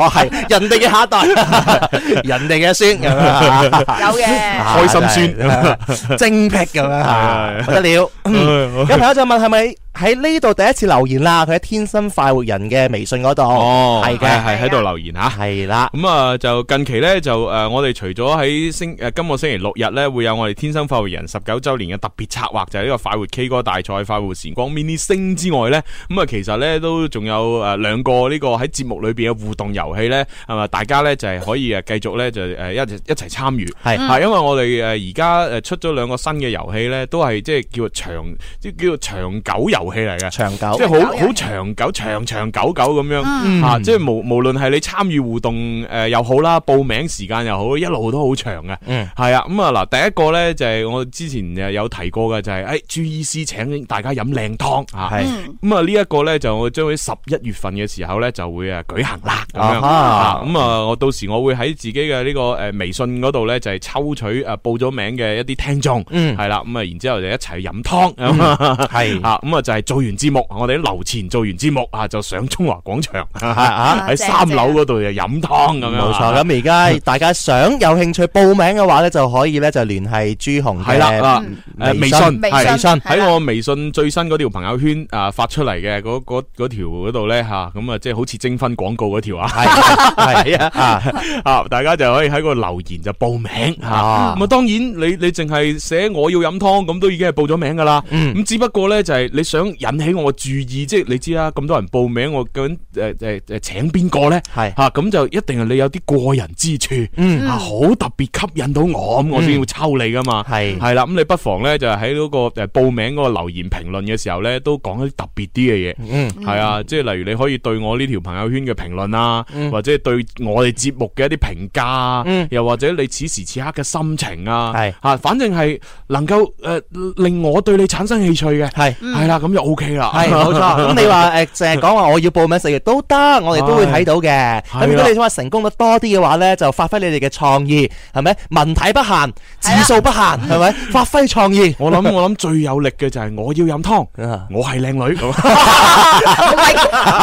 C: 我係人哋嘅下一 代，人哋嘅孫咁樣嚇。
D: 有嘅，
B: 開心孫
C: 孫，精辟咁 樣嚇，
B: 係
C: 不得了。有朋友就問係咪喺呢度第一次留言啦？佢喺天生快活人嘅微信嗰度，哦係嘅，
B: 哦系喺度留言吓。
C: 係啦，
B: 咁啊，就近期咧就诶，我哋除咗喺星诶今個星期六日咧，會有我哋天生快活人十九周年嘅特別策劃，就係呢個快活 K 歌大賽、快活時光 mini 星之外咧，咁啊其實咧都仲有诶兩個呢個喺節目裏边嘅互動遊戲咧，係嘛？大家咧就係可以诶呃繼續咧就诶一齊一齊參與，
C: 係嗯
B: 係因為我哋呃诶而家诶出咗兩個新嘅遊戲咧，都係即係叫做長即係叫做長久遊戲嚟嘅。
C: 長久
B: 即係好好長久、長長久久咁樣啊！呃即係無無論係你參與互動誒又好啦，報名時間又好，一路都好長嘅。
C: 嗯
B: 系啊，咁啊嗱，第一個咧就係我之前誒有提過嘅，就係誒哎朱醫師請大家飲靚湯啊。
C: 係
B: 咁啊呢一個咧就我將會十一月份嘅時候咧就會誒舉行啦咁
C: 啊
B: 樣
C: 哈
B: 啊。咁啊我到時我會喺自己嘅呢個誒微信嗰度咧就係抽取誒報咗名嘅一啲聽眾，
C: 嗯
B: 係啦，咁啊然之後就一齊去飲湯咁
C: 係
B: 啊，咁啊就係做完節目，我哋喺樓前做完節目啊，就上中華廣場
C: 啊
B: 喺
D: 正
B: 三
D: 正
B: 樓嗰度就飲湯咁樣。啊
C: 冇錯，咁而
B: 嗯
C: 家大家想有興趣報名嘅話咧，就可以咧就聯繫朱紅嘅嗯
B: 係啦啊誒微信
D: 微
B: 係
D: 信係
B: 喺
D: 啦
B: 我微信最新嗰條朋友圈啊發出嚟嘅嗰嗰嗰條嗰度咧吓，咁啊即係好似徵婚廣告嗰條啊，
C: 係
B: 係
C: 啊
B: 啊大家就可以喺個留言就報名吓。
C: 啊
B: 咁啊，當然你你淨係寫我要飲湯咁，都已經係報咗名噶啦。
C: 嗯
B: 咁只不過咧就係你想引起我注意，即係你知啦，咁多人報名，我究竟誒誒誒請邊個咧？
C: 係
B: 吓咁就一定係你有啲過 人之處，
C: 嗯
B: 啊好特別吸引到我，咁我先要抽你噶嘛。
C: 嗯係
B: 系啦，咁你不妨咧就喺嗰個诶报名嗰個留言評論嘅時候咧，都講一啲特別啲嘅嘢。
C: 嗯
B: 係啊，即係例如你可以對我呢條朋友圈嘅評論啊，或者係對我哋節目嘅一啲評價啊
C: 嗯，
B: 又或者你此時此刻嘅心情啊，
C: 係
B: 吓，反正係能夠诶令我對你產生興趣嘅，
C: 係
B: 係啦，咁就 O K 啦。
C: 係冇錯， 咁你話誒淨係講話我要報名食嘅都得，啊我哋都會睇到嘅。咁如果你想話成功率多啲嘅話咧，就發揮你哋嘅創意，係咪？文體不限，字數不限，係咪？發揮創意。
B: 嗯我諗我諗最有力嘅就係我要飲湯，
C: 啊
B: 我係 靚女咁。
D: 為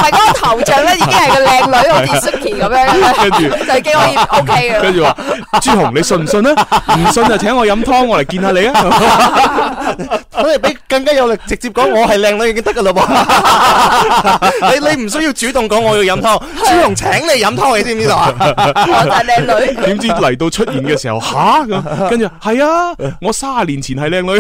D: 為嗰個頭像咧，已經係個靚女，好似 Suki 咁樣，
B: 跟住
D: 就已經可以 OK 嘅啦。
B: 跟住話朱紅，你信唔信啊？唔信就請我飲湯，我嚟見下你啊！
C: 所以俾更加有力，直接講我係靚女已經得噶啦噃。 你你唔需要主動講我要飲湯，朱紅請你飲湯，你知唔知道啊？
D: 我就係靚女。
B: 點知嚟到出現嘅時候，吓咁，跟住係啊，我卅年前係 靚女，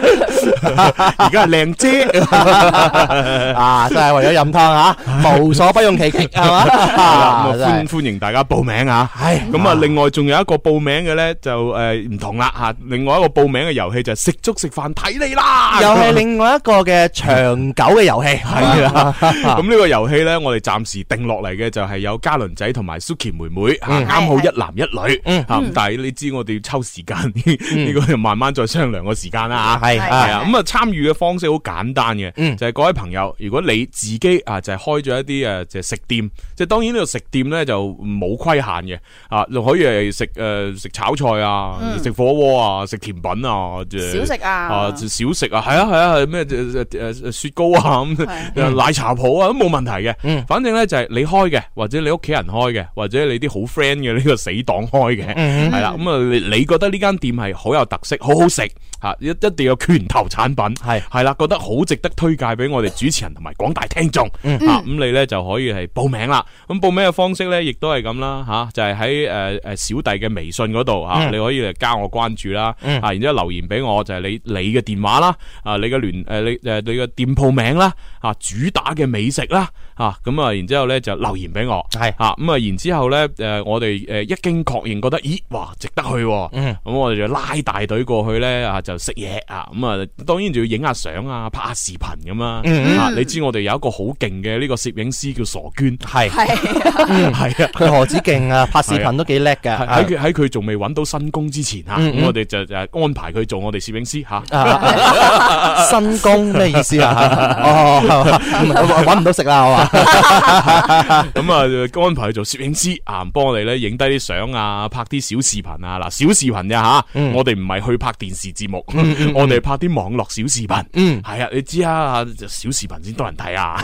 B: 而家係靚姐，
C: 啊，真係為咗飲湯啊，無所不用其極係 嘛？
B: 咁 啊
C: 啊真
B: 歡
C: 係
B: 歡迎大家報名啊！
C: 唉
B: 咁啊，另外仲有一個報名嘅咧，就诶唔同啦吓，另外一個報名嘅遊戲就係食粥食飯睇你啦，
C: 又係另外一個嘅長久嘅遊戲，
B: 系
C: 係
B: 啦，咁呢個遊戲呢，我哋暫時定落嚟嘅就係有嘉倫仔同埋 Suki 妹妹吓，
C: 嗯
B: 啱好一男一女
C: 嗯
B: 吓。咁但係你知我哋要抽時間， 呢個就慢慢再商量個時間啦吓。
C: 係
B: 系
C: 係
B: 啊，咁啊參與嘅方式好簡單嘅，
C: 嗯
B: 就係各位朋友，如果你自己啊就係開咗一啲诶即係食店，即係當然呢個食店呢就冇規限嘅啊，仲可以係食诶食炒菜啊，食火鍋啊，食甜品啊，即係
D: 小食啊
B: 啊小食啊，係啊係啊係咩诶诶雪糕啊咁。
D: 係
B: 誒奶茶鋪啊都冇問題嘅，
C: 嗯
B: 反正呢，就係你開嘅，或者你屋企人開嘅，或者你啲好 friend 嘅呢個死黨開嘅，
C: 嗯
B: 係啦、咁啊你你覺得呢間店係好有特色，好好食吓，一一定有拳頭產品，
C: 係
B: 係啦，覺得好值得推介俾我哋主持人同埋廣大聽眾，
C: 嗯
B: 啊咁你呢就可以係報名啦。咁報名嘅方式呢，亦都係咁啦吓，就係喺诶诶小弟嘅微信嗰度吓，
C: 嗯
B: 你可以嚟加我關注啦，
C: 嗯
B: 啊然之后留言俾我就係你你嘅電話啦，啊你嘅聯诶你诶你嘅店鋪名啦。啊主打嘅美食啦，啊咁啊，然之後咧就留言俾我，
C: 係
B: 啊咁啊，然之後咧誒我哋誒一經確認覺得，咦哇值得去喎，
C: 嗯
B: 咁我哋就拉大隊過去咧啊就食嘢啊，咁啊當然就要影下相啊，拍下視頻咁啊，
C: 嗯
B: 啊你知我哋有一個好勁嘅呢個攝影師叫傻娟，
C: 係。
D: 係
B: 係啊。
C: 佢何止勁啊，拍視頻都幾叻㗎。啊
B: 喺喺佢喺佢仲未揾到新工之前吓，
C: 嗯
B: 咁我哋就就安排佢做我哋攝影師吓，
C: 啊新工咩意思啊？哦， 係嘛唔揾唔到食啦，我話
B: 咁啊，就安排佢做攝影師啊，幫我哋咧影低啲相啊，拍啲小視頻啊。嗱，小視頻啫吓，
C: 嗯
B: 我哋唔係去拍電視節目，我哋係拍啲網絡小視頻。
C: 嗯
B: 係啊，你知啊，小視頻先多人睇 啊。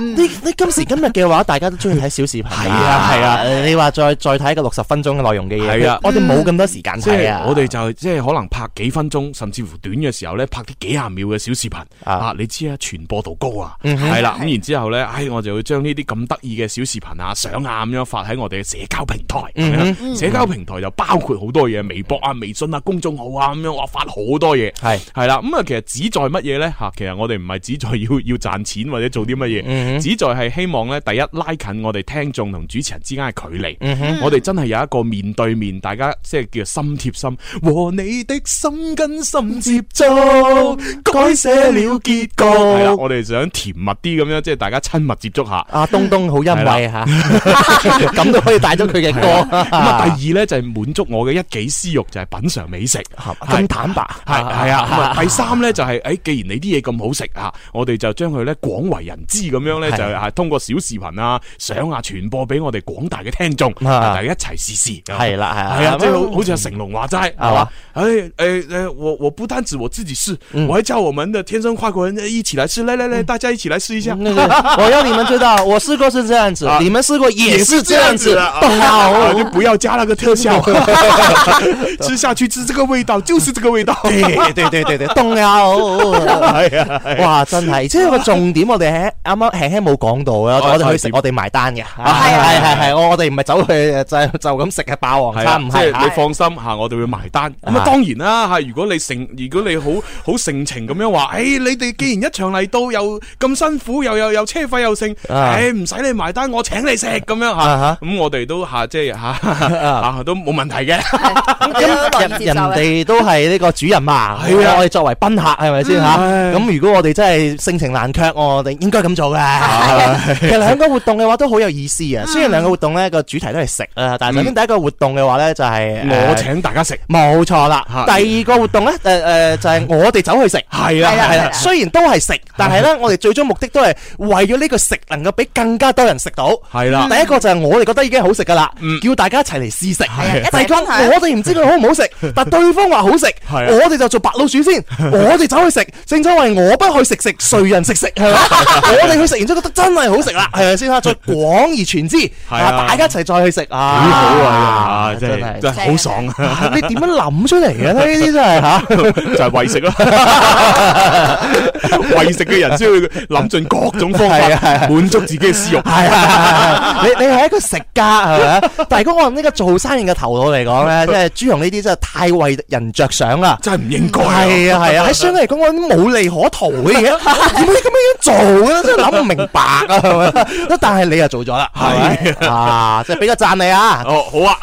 C: 你你今時今日嘅話，大家都中意睇小視頻㗎。
B: 係啊係 啊
C: 你話再再睇個六十分鐘嘅內容嘅嘢，
B: 係啊
C: 我哋冇咁多時間
B: 即
C: 睇
B: 係
C: 啊。
B: 我哋就即係可能拍幾分鐘，甚至乎短嘅時候咧，拍啲幾廿秒嘅小視頻
C: 啊
B: 啊，你知啊，傳播度高啊，
C: 嗯哼
B: 係啦，咁然之後咧，唉，我就會將呢啲咁得意嘅小視頻啊、相啊咁樣發喺我哋嘅社交平台，
C: 嗯哼
B: 咁樣社交平台就包括好多嘢，微博啊、微信啊、公眾號啊咁樣，我發好多嘢，
C: 係
B: 係啦，咁啊，其實旨在乜嘢咧吓？其實我哋唔係旨在要 要賺錢或者做啲乜嘢，
C: 嗯哼
B: 旨在係希望咧，第一拉近我哋聽眾同主持人之間嘅距離。
C: 嗯哼
B: 我哋真係有一個面對面，大家即係叫心貼心，和你的心跟心接 觸，改寫了結局。係啦，我哋想甜
C: 啊
B: 蜜啲咁樣，即係大家親密接觸下。
C: 阿東東好欣慰嚇，咁都可以帶咗佢嘅嘅歌。
B: 咁啊，第二咧就係滿足我嘅一己私欲，就係品嚐美食。
C: 咁坦白，
B: 係係啊，咁啊，第三咧就係、誒，既然你啲嘢咁好食啊，我哋就將佢咧廣為人知咁樣咧，
C: 係
B: 就係啊通過小視頻啊、相啊傳播俾我哋廣大嘅聽眾，
C: 啊
B: 大家一齊試試。
C: 係啦係啦
B: 係啊，即係好
C: 嗯
B: 好似阿成龍話齋
C: 係
B: 係
C: 嘛嗯
B: 嘛？誒誒誒，我我不單止我自己試，我還叫我們的天生快活人呃一起來試，來來來，大家一起來試一下。
C: 嗯那个，我要你们知道，我试过是这样子，
B: 啊
C: 你们试过也是这样子，哦
B: 啊
C: 不好
B: 啊，就不要加那个 特效，吃下去吃这个味道就是這個味道。哎
C: 對對對對，凍有，系啊，哦哇，真係，即係有個重點，我哋喺啱啱輕輕冇講到啊，
B: 哦
C: 我哋去食
B: 係，點
C: 我哋埋單嘅，係
B: 啊
C: 係係係，我我哋唔係走去就就咁食嘅霸王
B: 係啊，
C: 餐，唔
B: 即
C: 係
B: 係你放心吓，我哋會埋單。咁
C: 啊
B: 啊，當然啦吓，如果你盛，如果你好好盛情咁樣話，誒，你哋既然一場嚟到又咁辛苦，又又又車費又剩，
C: 啊
B: 誒，唔使你埋單，我請你食咁樣
C: 啊
B: 吓。咁我哋都吓，即係吓吓都冇問題嘅。
D: 咁
C: 人人哋都係呢個主人嘛，
B: 係啊
C: 我哋作為賓客係咪先吓？
B: 嗯係
C: 咁如果我哋真係性情難卻，我哋應該咁做嘅。其實兩個活動嘅話都好有意思啊。
B: 嗯
C: 雖然兩個活動咧個主題都係食啊，但係首先第一個活動嘅話咧就係
B: 我
C: 誒
B: 請大家食，
C: 冇錯啦，
B: 嚇
C: 第二個活動咧，誒、誒就係、我哋走去食，
B: 係啊啦
D: 係啦
C: 係
D: 係
C: 啦，
D: 啦
C: 雖然都係食，但係 咧，我哋最終目的都係為咗呢個食能夠俾更加多人食到。
B: 係啦
C: 第一個就係我哋覺得已經好食噶啦，
B: 嗯
C: 叫大家一齊嚟試食。
D: 啊一齊
C: 第二個
D: 分享
C: 我哋唔知佢好唔好 食，但對方話好食，
B: 係啊啊
C: 我哋就做白老鼠先，我哋走去食。正所謂我不去食食，誰人食食係 嘛？我哋去食完之後覺得真係好食啦，係啊咪先啦？再廣而傳之，
B: 係
C: 啊
B: 啊
C: 大家一齊再去食
B: 幾
C: 啊！
B: 好啊！真係真係好爽啊！
C: 啊你點樣諗出嚟嘅咧？呢啲真 係啊吓，
B: 就係為 食咯， 為 食嘅人先會諗盡各種方
C: 係啊係
B: 法滿足自己嘅私欲。
C: 係啊！你你係一個食家係 咪？啊但係如果按呢個做生意嘅頭腦嚟講咧，即係朱紅呢啲真係太為人着想啦。
B: 真係唔應該啊。
C: 係啊係啊，喺相對嚟講，我都冇利可圖嘅 嘢，點解咁樣做嘅？真係諗唔明白啊！係 咪但係你又做咗啦，係咪啊？即係俾個讚你啊！
B: 哦，好啊，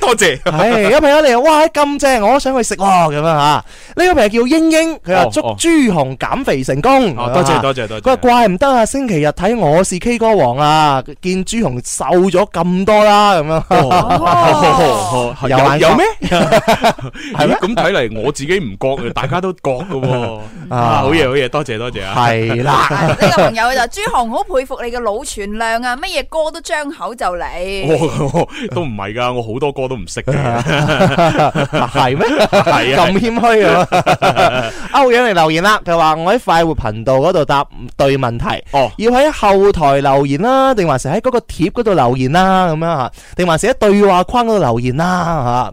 B: 多謝。
C: 唉，哎有朋友嚟，哇咁正，我都想去食喎，咁樣吓。呢個朋友叫英英，佢話
B: 哦
C: 祝
B: 哦
C: 朱紅減肥成功。
B: 哦多謝
C: 咁啊
B: 多謝多謝
C: 佢話怪唔得啊，星期日睇我是 K 歌王啊，見朱紅瘦咗咁多啦，咁樣。
B: 哦
C: 有眼
B: 有
C: 光
B: 咩？
C: 係
B: 係
C: 咩
B: 咁睇嚟我自己唔覺，大家都覺嘅喎。
C: 啊
B: 啊，好嘢好嘢，多謝多謝啊！
C: 係啦，
D: 呢個朋友就朱紅好佩服你嘅腦存量啊，乜嘢歌都張口就嚟。
B: 我都唔係㗎，我好多歌都唔識嘅。
C: 係咩？
B: 係啊
C: 咁謙 虛啊！歐陽嚟留言啦，佢話我喺快活頻道嗰度答對問題。
B: 哦，
C: 要喺後台留言啦，定還是喺嗰個貼嗰度留言啦，咁樣吓，定還是喺對話框嗰度留言啦，啊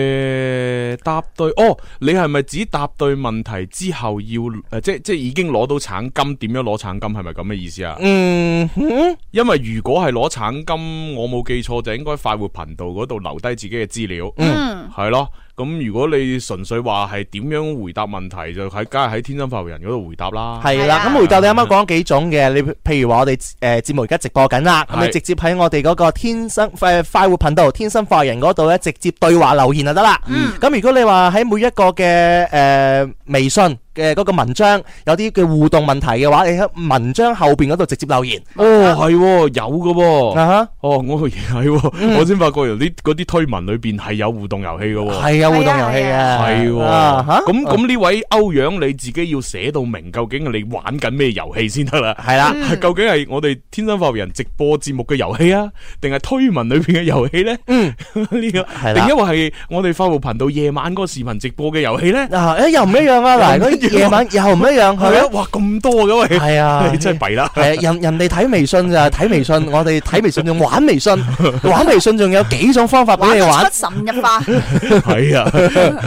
B: 誒答對哦，你係咪只答對問題之後要誒即即已經攞到橙金點樣攞橙金係咪咁嘅意思啊
C: 吓？嗯哼
B: 因為如果係攞橙金，我冇記錯就應該快活頻道嗰度留低自己嘅資料。
D: 嗯，
B: 系咯，咁如果你純粹話係點樣回答問題，就喺梗係喺天生發育人嗰度回答啦。
C: 係啦，
D: 係啊
C: 咁回答你啱啱講幾種嘅，你譬如話我哋誒節目而家直播緊啦，咁
B: 係
C: 你直接喺我哋嗰個天生誒快活頻道天生快活人嗰度咧，直接對話留言就得啦。
B: 嗯
C: 咁如果你話喺每一個嘅誒微信嘅嗰個文章有啲嘅互動問題嘅話，你喺文章後邊嗰度直接留言。
B: 哦，係喎，有嘅喎。
C: 啊哈，嗯
B: 哦，我係喎，我先發覺原來啲嗰啲推文裏邊係有互動遊戲嘅喎。
C: 係啊，互動遊戲嘅，
B: 係喎，
C: 啊哈
B: 咁咁呢位歐陽你自己要寫到明，究竟你玩緊咩遊戲先得啦？
C: 係啦。
B: 係究竟係我哋天生發育人直播節目嘅遊戲啊，定係推文裏邊嘅遊戲咧？
C: 嗯，
B: 呢個
C: 啦
B: 定因為係我哋快活頻道夜晚嗰個視頻直播嘅遊戲咧？
C: 啊，誒又唔一樣啊！嗱，
B: 又唔一
C: 嗰
B: 樣
C: 夜晚又唔一樣，係
B: 係啊，
C: 咪？
B: 哇咁多嘅喂，
C: 係啊，
B: 你真係弊啦。
C: 係啊，人人哋睇微信就 係睇微信，我哋睇微信仲玩微信，玩微信仲有幾種
B: 哦
C: 方法俾
D: 玩
C: 你
D: 得
C: 玩
D: 出。神入 化，
B: 系啊，真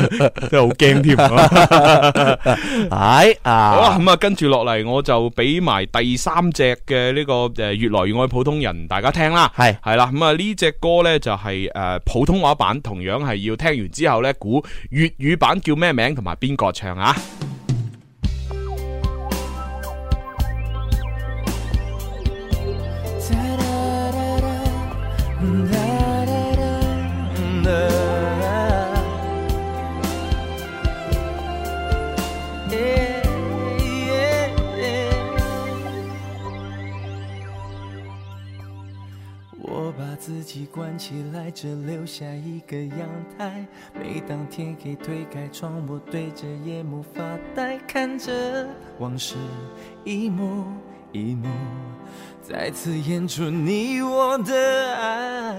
B: 系好惊添。
C: 係
B: 好啦，
C: 啊，
B: 咁啊，跟住落嚟我就俾埋第三隻嘅呢個诶，越來越愛普通人，大家聽啦。
C: 係
B: 係啦，咁啊呢隻歌呢就係诶普通話版，同樣係要聽完之後呢，估粵語版叫咩名同埋邊個唱啊？
G: 我把
K: 自己关起来，只留下一个阳台。每当天黑推开窗，我对着夜幕发呆，看着往事一幕一幕，再次演出你我的爱。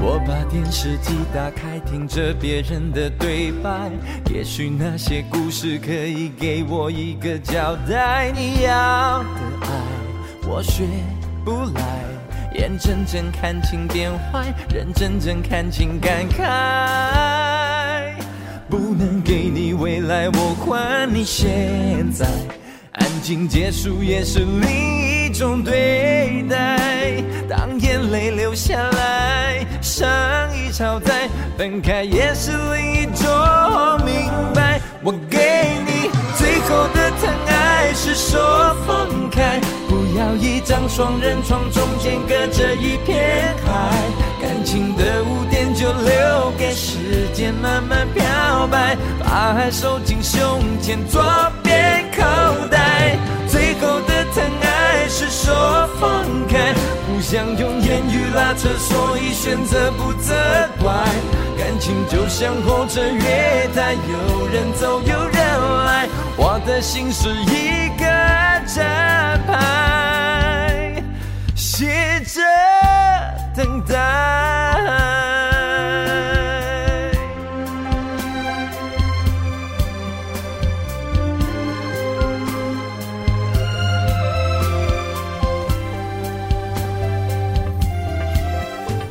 K: 我把电视机打开，听着别人的对白。也许那些故事可以给我一个交代。你要的爱，我学不来。眼睁睁看情变坏，人睁睁看
E: Ờ,
K: 情感慨。不能给你未来，我还你现在。安静结束也是另一种对待。当眼泪流下来，上一超载，分开也是另一种明白。我给你最后的疼爱是说放开，不要一张双人床，中间隔着一片海。感情的污点就留给时间慢慢漂白，把爱收进胸前左边口袋。最后的疼爱是说放开，不想用言语拉扯，所以选择不责怪。感情就像火车月台，有人走有人来，我的心是一个站牌。写着等待。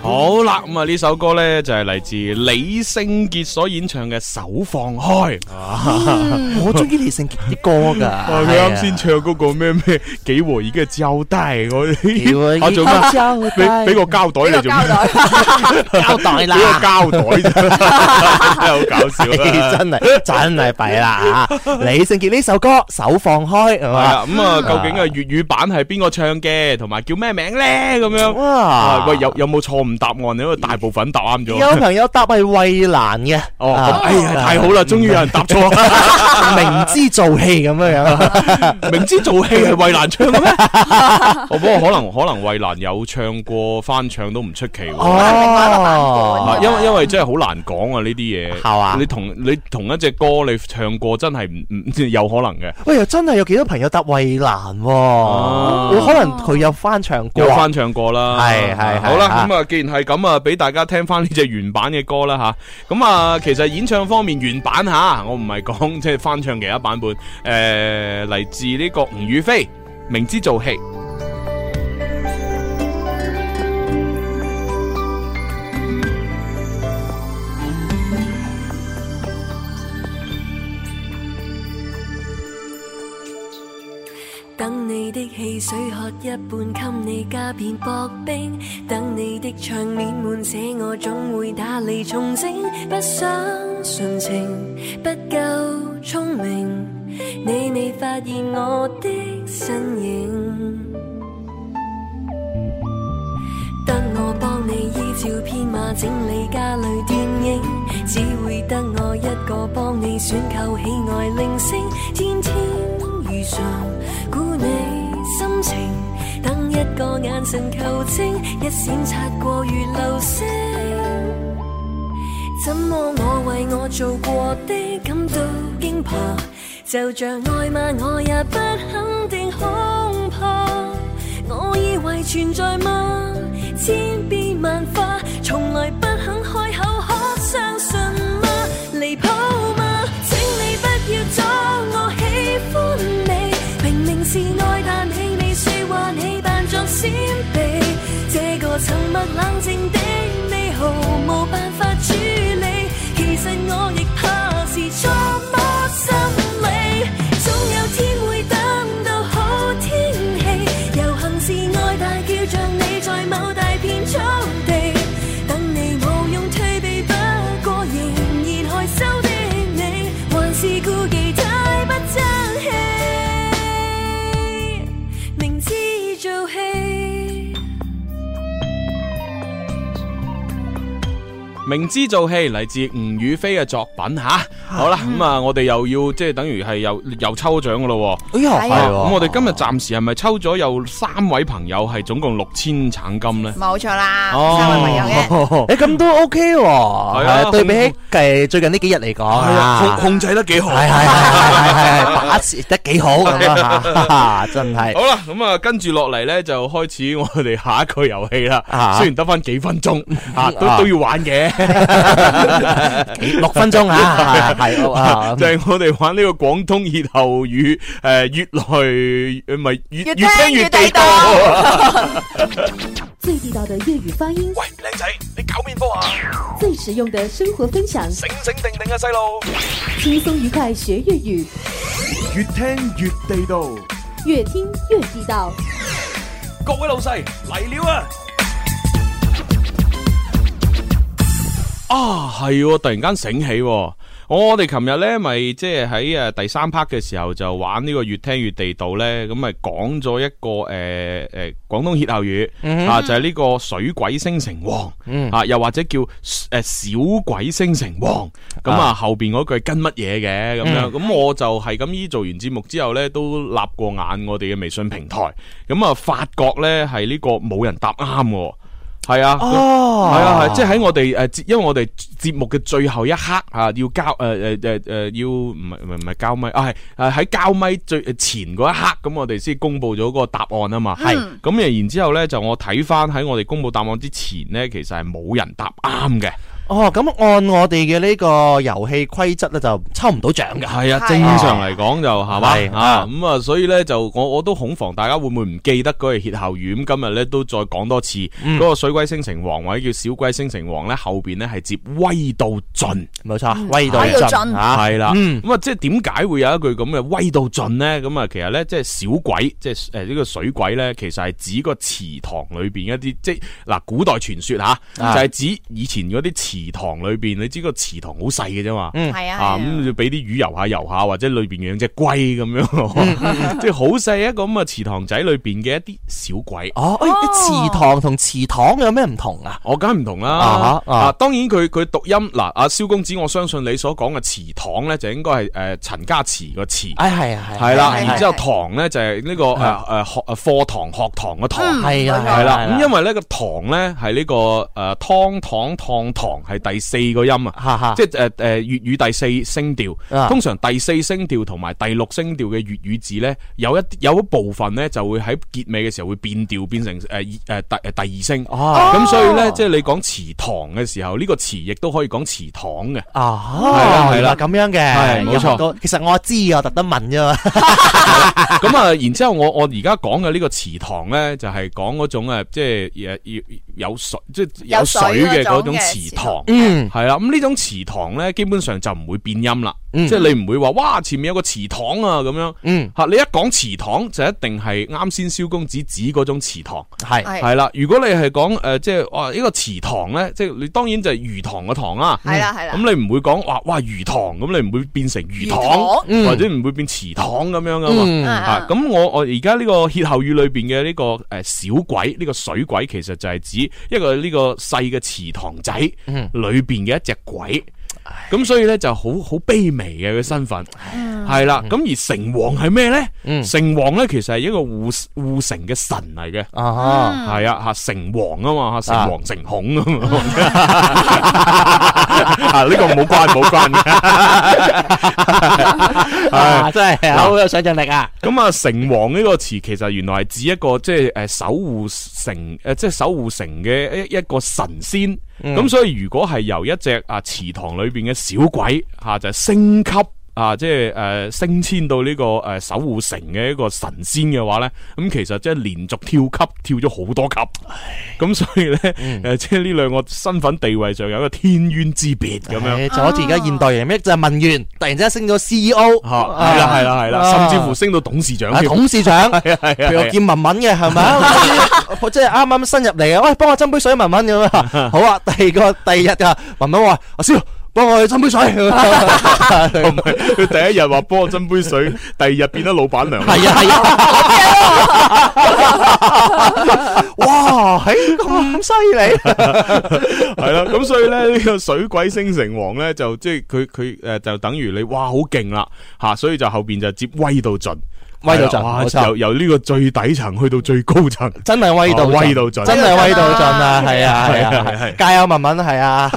B: 好啦，咁啊呢首歌呢，就係嚟自李聖傑所演唱嘅《手放開》。啊
C: 我中意李聖傑啲歌 噶，
B: 哇！佢哦啱先唱嗰個咩咩幾和已嘅膠帶，我
C: 和
B: 我做咩
C: 嘅膠？帶
B: 俾俾個膠袋你做咩？
C: 交代
B: 俾個
C: 啦，
B: 膠袋啫，真係好搞笑啊！
C: 真係真係弊啦吓！李聖傑呢首歌手放開係
B: 系
C: 嘛
B: 啦，？咁啊，究竟啊粵語版係邊個唱嘅，同埋叫咩名呢？咁樣
C: 哇
B: 啊喂，有有冇錯誤答案？因為大部分答啱咗。
C: 有朋友答係衛蘭嘅，
B: 哦，咁
C: 啊
B: 哎呀，太好啦，終於有人答錯，
C: 明知做戲咁樣樣，
B: 明知做戲係衛蘭唱嘅咩？ 哦，不過可能可能衛蘭有唱過翻唱都唔出奇喎。啊
C: 哦，
B: 因為因為真係好難講啊呢啲嘢，
C: 係嘛
B: 你同你同一隻歌你唱過真係唔唔有可能嘅，
C: 喂，又真係有幾多朋友答衛蘭喎，我可能佢有翻唱過
B: 哦有，翻唱過啦，
C: 係係係
B: 好啦，
C: 啊
B: 咁啊，既然係咁啊，俾大家聽翻呢隻原版嘅歌啦吓，咁啊，其實演唱方面原版吓，我唔係講即係翻唱其他版本，诶，嚟自呢個吳雨霏，明知做戲，
L: 等你的汽水喝一半，给你加片薄冰。等你的唱面滿寫，我總會打理重整。不想純情，不夠聰明，你未發現我的身影。得我幫你依照編碼整理家裏電影，只會得我一個幫你選購喜愛鈴聲，天天如常估你心情，等一個眼神求證，一閃擦過如流星。怎麼我為我做過的感到驚怕？就像愛罵我也不肯定，恐怕我以為存在嗎？千變萬化，從來不肯開口，可相信嗎？離譜嗎？請你不要阻我喜歡你，明明是愛，但你未説話，你扮作閃避，這個沉默冷靜的你毫無辦法處理。其實我亦怕是錯麼心理，總有天會等到好天氣。遊行是愛，但叫像你在某大片草地等你我。
B: 明知做戲嚟自吳雨霏嘅作品吓。好啦，咁啊，我哋又要即係等於係又又抽獎噶咯喎。啊
C: 哎呀係喎
B: 咁我哋今日暫時係咪抽咗有三位朋友係總共六千橙金呢？
D: 冇錯啦，
B: 哦
D: 三位朋友嘅。
C: 诶，咁都 OK 喎，係
B: 啊
C: 啊，對比起诶最近呢幾日嚟講啊，控
B: 控制得幾好，
C: 係係係 係係把持得幾好咁啊， 哈哈真係。
B: 好啦，咁啊，跟住落嚟咧就開始我哋下一個遊戲啦。
C: 啊
B: 雖然得翻幾分鐘，啊都都要玩嘅，
C: 六分鐘 啊係啊
B: 就係我哋玩呢個廣東歇後語，诶，越來呃唔係越
A: 越
B: 越聽
A: 聽
B: 越
A: 越
B: 地
A: 地
B: 道
A: 道。
M: 最地道的粤语发音，
B: 喂，靓仔，你搞面波啊？
M: 最实用的生活分享，
B: 醒醒定定啊，細路！
M: 轻松愉快学粤语，
B: 越聽越地道。
M: 越听越地道。
B: 各位老細嚟了啊！ 啊，係喎，突然間醒起喎。我哋琴日咧，咪即係喺诶第三 part 嘅時候就玩呢個越聽越地道咧，咁咪講咗一個呃诶诶广东歇後語
A: 嗯哼
B: 啊，就係呢個水鬼升城隍
E: Ừ.
A: 嗯
B: 啊，又或者叫诶小鬼升城隍，咁啊
A: 啊
B: 後边嗰句跟乜嘢嘅咁
A: 嗯
B: 樣，咁我就係咁依做完節目之後咧，都立過眼我哋嘅微信平台，咁啊發覺咧係呢個冇人答啱喎。係啊，
C: 哦
B: 係啊，係即係喺我哋誒節，因為我哋節目嘅最後一刻啊，要交誒誒誒誒，呃要唔係唔係唔係交咪啊，係誒喺交咪最前嗰一刻，咁我哋先公佈咗個答案啊嘛，
A: 係
B: 咁然然之後咧，就我睇翻喺我哋公佈答案之前咧，其實係冇人答啱嘅。
C: 哦，咁按我哋嘅呢個遊戲規則咧，就抽唔到獎㗎。
B: 係啊，正常嚟講就係
C: 係
B: 嘛啊，咁啊，所以咧就我我都恐防大家會唔會唔記得嗰個歇後語，咁今日咧都再講多次，
C: 嗯
B: 嗰個水鬼星城王或者叫小鬼星城王咧，後邊咧係接威到盡，
C: 冇錯，威到
B: 係
C: 盡嚇
B: 係啦，
C: 嗯
B: 咁啊，即係點解會有一句咁嘅威到盡咧？咁啊，其實咧即係小鬼，即係誒呢個水鬼咧，其實係指個祠堂裏邊一啲，即係嗱古代傳說嚇，
A: 啊
B: 就係指以前嗰啲祠堂裏邊，你知個祠堂好細嘅啫嘛，
A: 嗯係啊係啊
B: 咁就俾啲魚游下游下，或者裏邊養只龜咁
C: 嗯
B: 樣， 即係好細一個咁嘅祠堂仔裏邊嘅一啲小鬼。
C: 哦，哎啲祠堂同祠堂有咩唔同啊？
B: 我梗係唔同啦
C: 啊，哈啊
B: 啊，當然佢佢讀音嗱，阿蕭公子，我相信你所講嘅祠堂咧，就應該係誒陳家祠個祠，
C: 哎，係啊，係啊
B: 係啦，
C: 係啊
B: 然之後堂咧就係呢個誒誒學誒課堂學堂嘅堂，
C: 嗯係啊係，
B: 係啦
C: 啦
B: 咁因為呢個堂咧係呢個誒湯堂燙堂係第四個音啊
C: 哈，
B: 即係誒誒粵語第四聲調，
C: 啊
B: 通常第四聲調同埋第六聲調嘅粵語字咧，有一有一部分咧就會喺結尾嘅時候會變調，變成誒誒第誒第二聲，
C: 哦
B: 咁所以咧即係你講祠堂嘅時候，呢個祠亦都可以講祠堂嘅，係啦
C: 哦，
B: 係
C: 原
B: 啦
C: 來咁樣嘅，
B: 係冇錯
C: 有好多。其實我知，我特登問啫嘛。
B: 咁啊，然之後我我而家講嘅呢個祠堂咧，就係講嗰種誒，即係誒要有水，即係有
A: 有
B: 水
A: 水
B: 嘅嗰
A: 嗰
B: 種
A: 種
B: 祠
A: 嘅
B: 堂。
A: 嗯
B: 係啦。咁呢種祠堂咧，基本上就唔會變音啦。
A: 嗯
B: 即係你唔會話哇，前面有個祠堂啊咁樣。
C: 嗯。
B: 嚇，你一講祠堂就一定係啱先蕭公子指嗰種祠堂。
C: 係
A: 係
B: 係啦。如果你係講誒，即係哇呢個祠堂咧，即係你當然就係魚塘嘅塘啦。
A: 係啦係啦
B: 咁你唔會講哇哇魚塘，咁你唔會變成魚
A: 魚
B: 塘
A: 塘，嗯
B: 或者唔會變祠堂咁樣噶嘛。
A: 嗯
B: 啊咁我我而家呢個歇後語裏邊嘅呢個誒小鬼呢個水鬼，其實就係指一個呢個細嘅池塘仔
A: 嗯
B: 裏邊嘅一隻鬼。咁所以咧就好好卑微嘅佢身份，係啦。
A: 嗯
B: 咁而城隍係咩咧？城隍咧其實係一個護護城嘅神嚟嘅，
C: 啊
B: 係啊嚇城隍啊嘛，嚇城
A: 啊
B: 隍城孔啊嘛。 啊呢個冇關冇關嘅，
C: 啊真係
B: 嗱
C: 好有想象力啊！
B: 咁啊，城隍呢個詞其實原來係指一個即係誒守護城誒，即係守護城嘅一一個神仙。咁、
A: 嗯
B: 所以如果係由一隻啊祠堂裏邊嘅小鬼嚇、啊就升級。啊，即係誒、呃升遷到呢、個誒、呃守護城嘅一個神仙嘅話咧，咁其實即係連續跳級，跳咗好多級，咁所以咧誒、
C: 嗯
B: 呃 即係呢兩個身份地位上有一個天淵之別咁樣。
C: 誒就好似而家現代人咩就係文員，突然之間升咗 E CEO，
B: 嚇係啦係啦係啦，
C: 啊
B: 甚至乎升到董事長
C: 啊
B: 添。
C: 董事 長
B: 係啊係啊係啊，
C: 譬如我 見文文嘅係咪啊？我即係啱 à, 啱新入嚟嘅，喂，幫我斟杯水文文咁啊！好啊，第二個第二日啊，文文話：阿蕭。幫我去斟杯水。
B: 唔係佢第一日話幫我斟杯水，第二日變咗老闆娘。係
C: 啊係啊，
G: 啊
C: 哇，係咁犀利！
B: 係啦，咁所以咧呢個水鬼星城王咧就即係佢佢诶就等於你哇好勁啦吓，所以就後边就接威到盡。
C: 威到盡
B: 哇
C: 冇錯
B: 由由呢個最底層去到最高層，
C: 真係威到盡
B: 啊威到盡，
C: 真係威到盡啊！係啊係
B: 係啊
C: 啊
B: 係
C: 係啊，加油文文係 啊！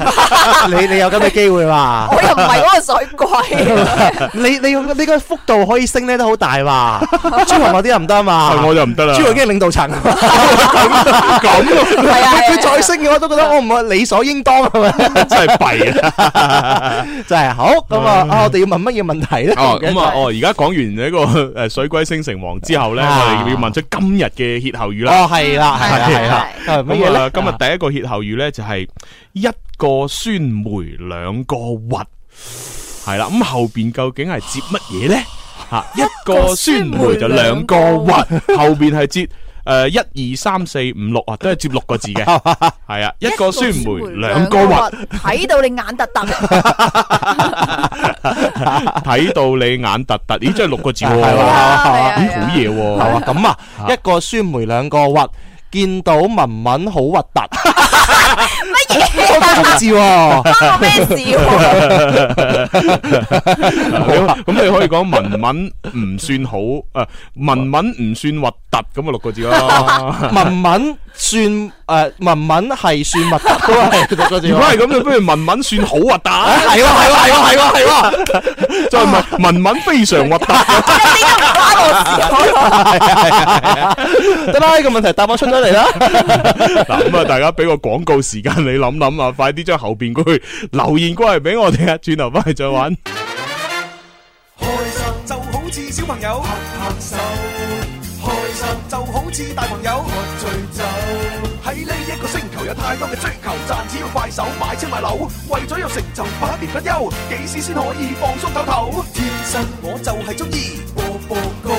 C: 你你有咁嘅機會嘛？
D: 我又唔係嗰個水 鬼，
C: 你你你個幅度可以升咧都好大 嘛？朱紅嗰啲又唔得嘛？
B: 係我就唔得啦啊
C: 朱紅已經係領導層，
B: 咁
C: 係啊！佢再升嘅話都覺得我唔係啊理所應當係咪？
B: 真係弊啊！
C: 真係好咁啊！啊，我哋要問乜嘢問題咧？
B: 嗯哦，咁啊，哦，而家講完呢個诶水鬼星城王之後咧，我
C: 啊
B: 哋要問出今日嘅歇後語啦。
C: 哦，係啦，係啦，係啦，係乜嘢
B: 咁啊
C: 咧？，
B: 今日第一個歇後語咧就係一個酸梅兩個核，係啦。咁後边究竟係接乜 嘢咧？吓，一個酸梅就兩個核，後边係接。诶，一二三四五六啊，都係接六個字 嘅，係啊，一個酸梅兩個核，
D: 睇到你眼突突，
B: 睇到你眼突突，咦，真係六個字喎，
C: 係啊係啊
B: 咦，好嘢喎，
C: 係嘛？咁啊，一個酸梅兩個核，見到文文好核突。
D: 乜嘢
C: 多多中字
E: à?
C: 喎，
D: 關我咩 事喎？
C: 啊
B: 咁咁你可以講文文唔算好，诶，文文唔算核突咁啊，六個字咯。
C: 文文算诶，文文係算核突都係多多字喎。
B: 如果係咁，就不如文文算好核突，啊
C: 係喎係喎係喎係喎係
B: 再唔係文文非常核突。
C: 啊喎，啊得啦，呢個問題答案出咗嚟啦。
B: 嗱，咁啊，大家俾個廣告時間你諗諗啊，快啲將後边嗰句留言過嚟俾我哋啊，轉頭翻去再玩。
G: 开心就好似小朋友拍拍手，开心就好似大朋友喝醉酒。喺呢一个星球有太多嘅追求，賺錢要快手買車買樓，為咗有成就百變不休，幾時先可以放鬆透透？天生我就係中意播播歌，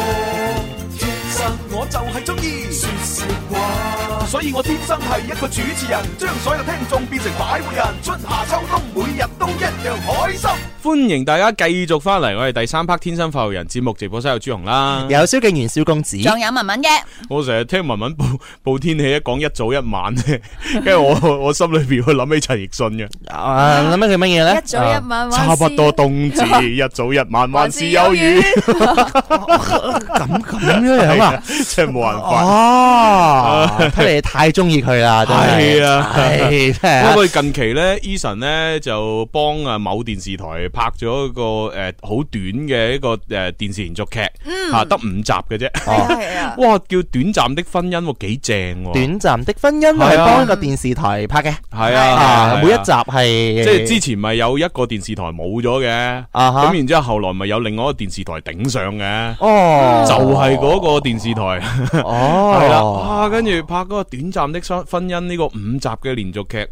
G: 天生我就係中意说笑話，所以我天生係一個主持人，將所有聽眾變成擺活人，春夏秋冬每日都一樣開心。
B: 歡迎大家繼續翻嚟我哋第三 part《天生發育人》節目直播室有朱紅啦，
C: 有蕭敬元、蕭公子，
D: 仲有文文嘅，
B: 我成日聽文文報 報天氣，一講一早一晚 咧，跟住我我心裏边會諗起陳奕迅嘅。啊
C: 啊諗起佢乜嘢咧？
D: 一早一晚玩
B: 差不多冬至，一早一晚還是有 雨，
C: 咁咁樣樣啊？
B: 真係冇辦法。
C: 哦，睇嚟你太中意佢啦，真係。
B: 係啊
C: 係真
B: 不
C: 係
B: 過近期咧，Eason 咧就幫啊某電視台拍咗一個誒好短嘅一個誒電視連續劇，啊嚇得五集嘅啫。
D: 係啊，
B: 哇，叫《短暫的婚姻》喎，幾正喎！
C: 哦短暫的婚姻
B: 係
C: 係
B: 啊
C: 幫一個電視台拍嘅，
B: 係啊，係
C: 啊
B: 啊
C: 每一集係
B: 即係之前咪有一個電視台冇咗嘅，
C: 啊哈
B: 咁然之後後來咪有另外一個電視台頂上嘅。
C: 哦，
B: 就係嗰個電視台，
C: 哦，
B: 係啦，哇！跟住拍嗰個短暫的婚婚姻呢個五集嘅連續劇，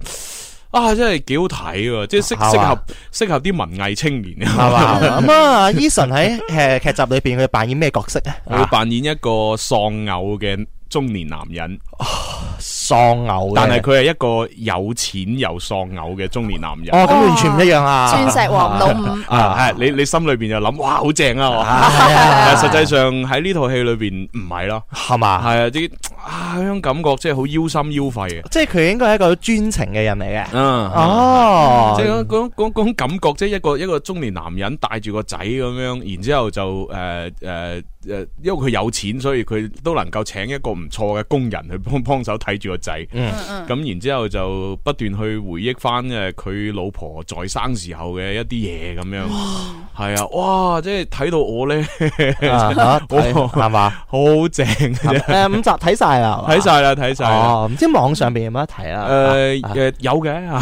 B: 啊，真係幾好睇喎！即係適
C: 係
B: 適
C: 嘛
B: 合適合啲文藝青年
C: 系嘛？ 咁啊，Eason 喺 诶剧集裏边佢扮演咩角色
B: 我
C: 啊
B: 要？扮演一個喪偶嘅中年男人，
C: 喪啊偶嘅，
B: 但係佢係一個有錢又喪偶嘅中年男人。
C: 哦，咁完全唔一樣啊！
D: 鑽石王老五。
B: 啊，係你你心裏边就諗，哇，好正啊！我，
C: 係啊
B: 但係實際上喺呢套戲裏边唔係咯，
C: 係嘛？
B: 係啊啲啊嗰種感覺真係好腰心腰肺嘅，啊
C: 即係佢應該係一個專情嘅人嚟嘅。
B: 嗯。
C: 哦，
B: 即係嗰嗰嗰嗰種感覺，即係一個一個中年男人帶住個仔咁樣，然之後就誒誒誒，因為佢有錢，所以佢都能夠請一個唔錯嘅工人去幫 幫手睇住個仔。
C: 嗯
B: 咁然之後就不斷去回憶翻誒佢老婆在生時候嘅一啲嘢咁樣。
C: 哦
B: 係啊，哇！即係睇到我咧，
C: 啊 嚇睇係嘛？
B: 好正嘅啫，
C: 诶，呃五集睇晒啦，係嘛
B: 睇。晒啦，睇晒啦。
C: 哦，唔知網上边有冇得睇啊？
B: 诶
C: 啊
B: 诶，呃有嘅，
C: 嘛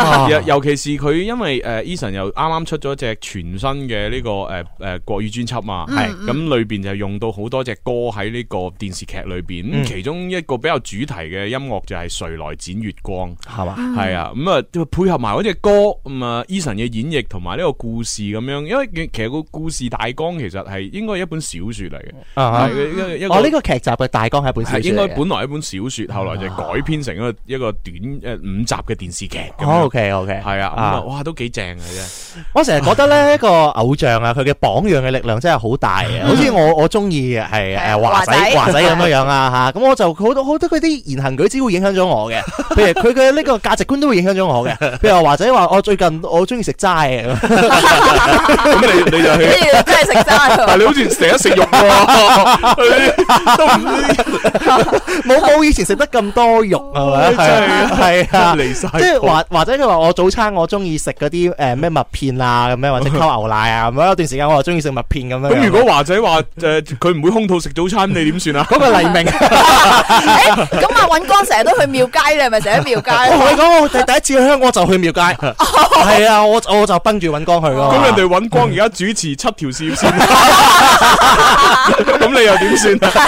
C: 啊
B: 尤尤其是佢，因為诶 Eason 又啱啱出咗隻全新嘅呢個诶诶国语专辑嘛，系咁裏边就用到好多隻歌喺呢個電視劇裏边，
C: 嗯
B: 咁其中一個比比較主題嘅音樂就係誰來剪月光，
C: 係嘛
A: 嗯
B: 係啊，咁啊配合埋嗰只歌，咁啊 Eason 嘅演繹同埋呢個故事咁樣，因為其實個故事大綱其實係應該係一本小說嚟嘅，
C: 啊
B: 係一一個
C: 我呢個劇集嘅大綱係一本小
B: 係
C: 說
B: 應
C: 嚟
B: 該
C: 嘅啊
B: 本來一本小說，後來就改編成一個一個短誒五集嘅電視劇咁樣。
C: 哦，OK，OK，
B: 係啊，咁
C: 啊
B: 啊，哇，都幾正嘅啫。
C: 我成日覺得咧，一個偶像啊，佢嘅榜樣嘅力量真係好大嘅。好似我我中意嘅係誒華仔
A: 華仔
C: 華仔咁樣樣啊嚇，咁我就好多好多佢啲言行舉止會影響咗我嘅。譬如佢嘅呢個價值觀都會影響咗我嘅。譬如話華仔話我最近我中意食齋啊嘅，
B: 咁你 你就去，
D: 真係食齋喎
B: 但係你好似成日食肉喎，都唔
C: 冇冇以前食得咁多肉係咪？
A: 真係
C: 係啊，
A: 離晒譜
C: 即係華華仔佢話我早餐我中意食嗰啲誒咩麥片啊咁樣，或者溝牛奶啊咁樣。有段時間我又中意食麥片咁樣。
B: 咁如果華仔話誒佢唔會空肚食 早餐，你點算啊？
C: 嗰個黎明。
D: 咁啊，尹光成日都去廟街，你係咪成日去廟街？
C: 我同你講，我第第一次去香港就去廟街，
B: 哦
C: 係啊，我我就奔住揾光去咯。
B: 咁人哋揾 光而家主持七條視線，咁你又點算 啊？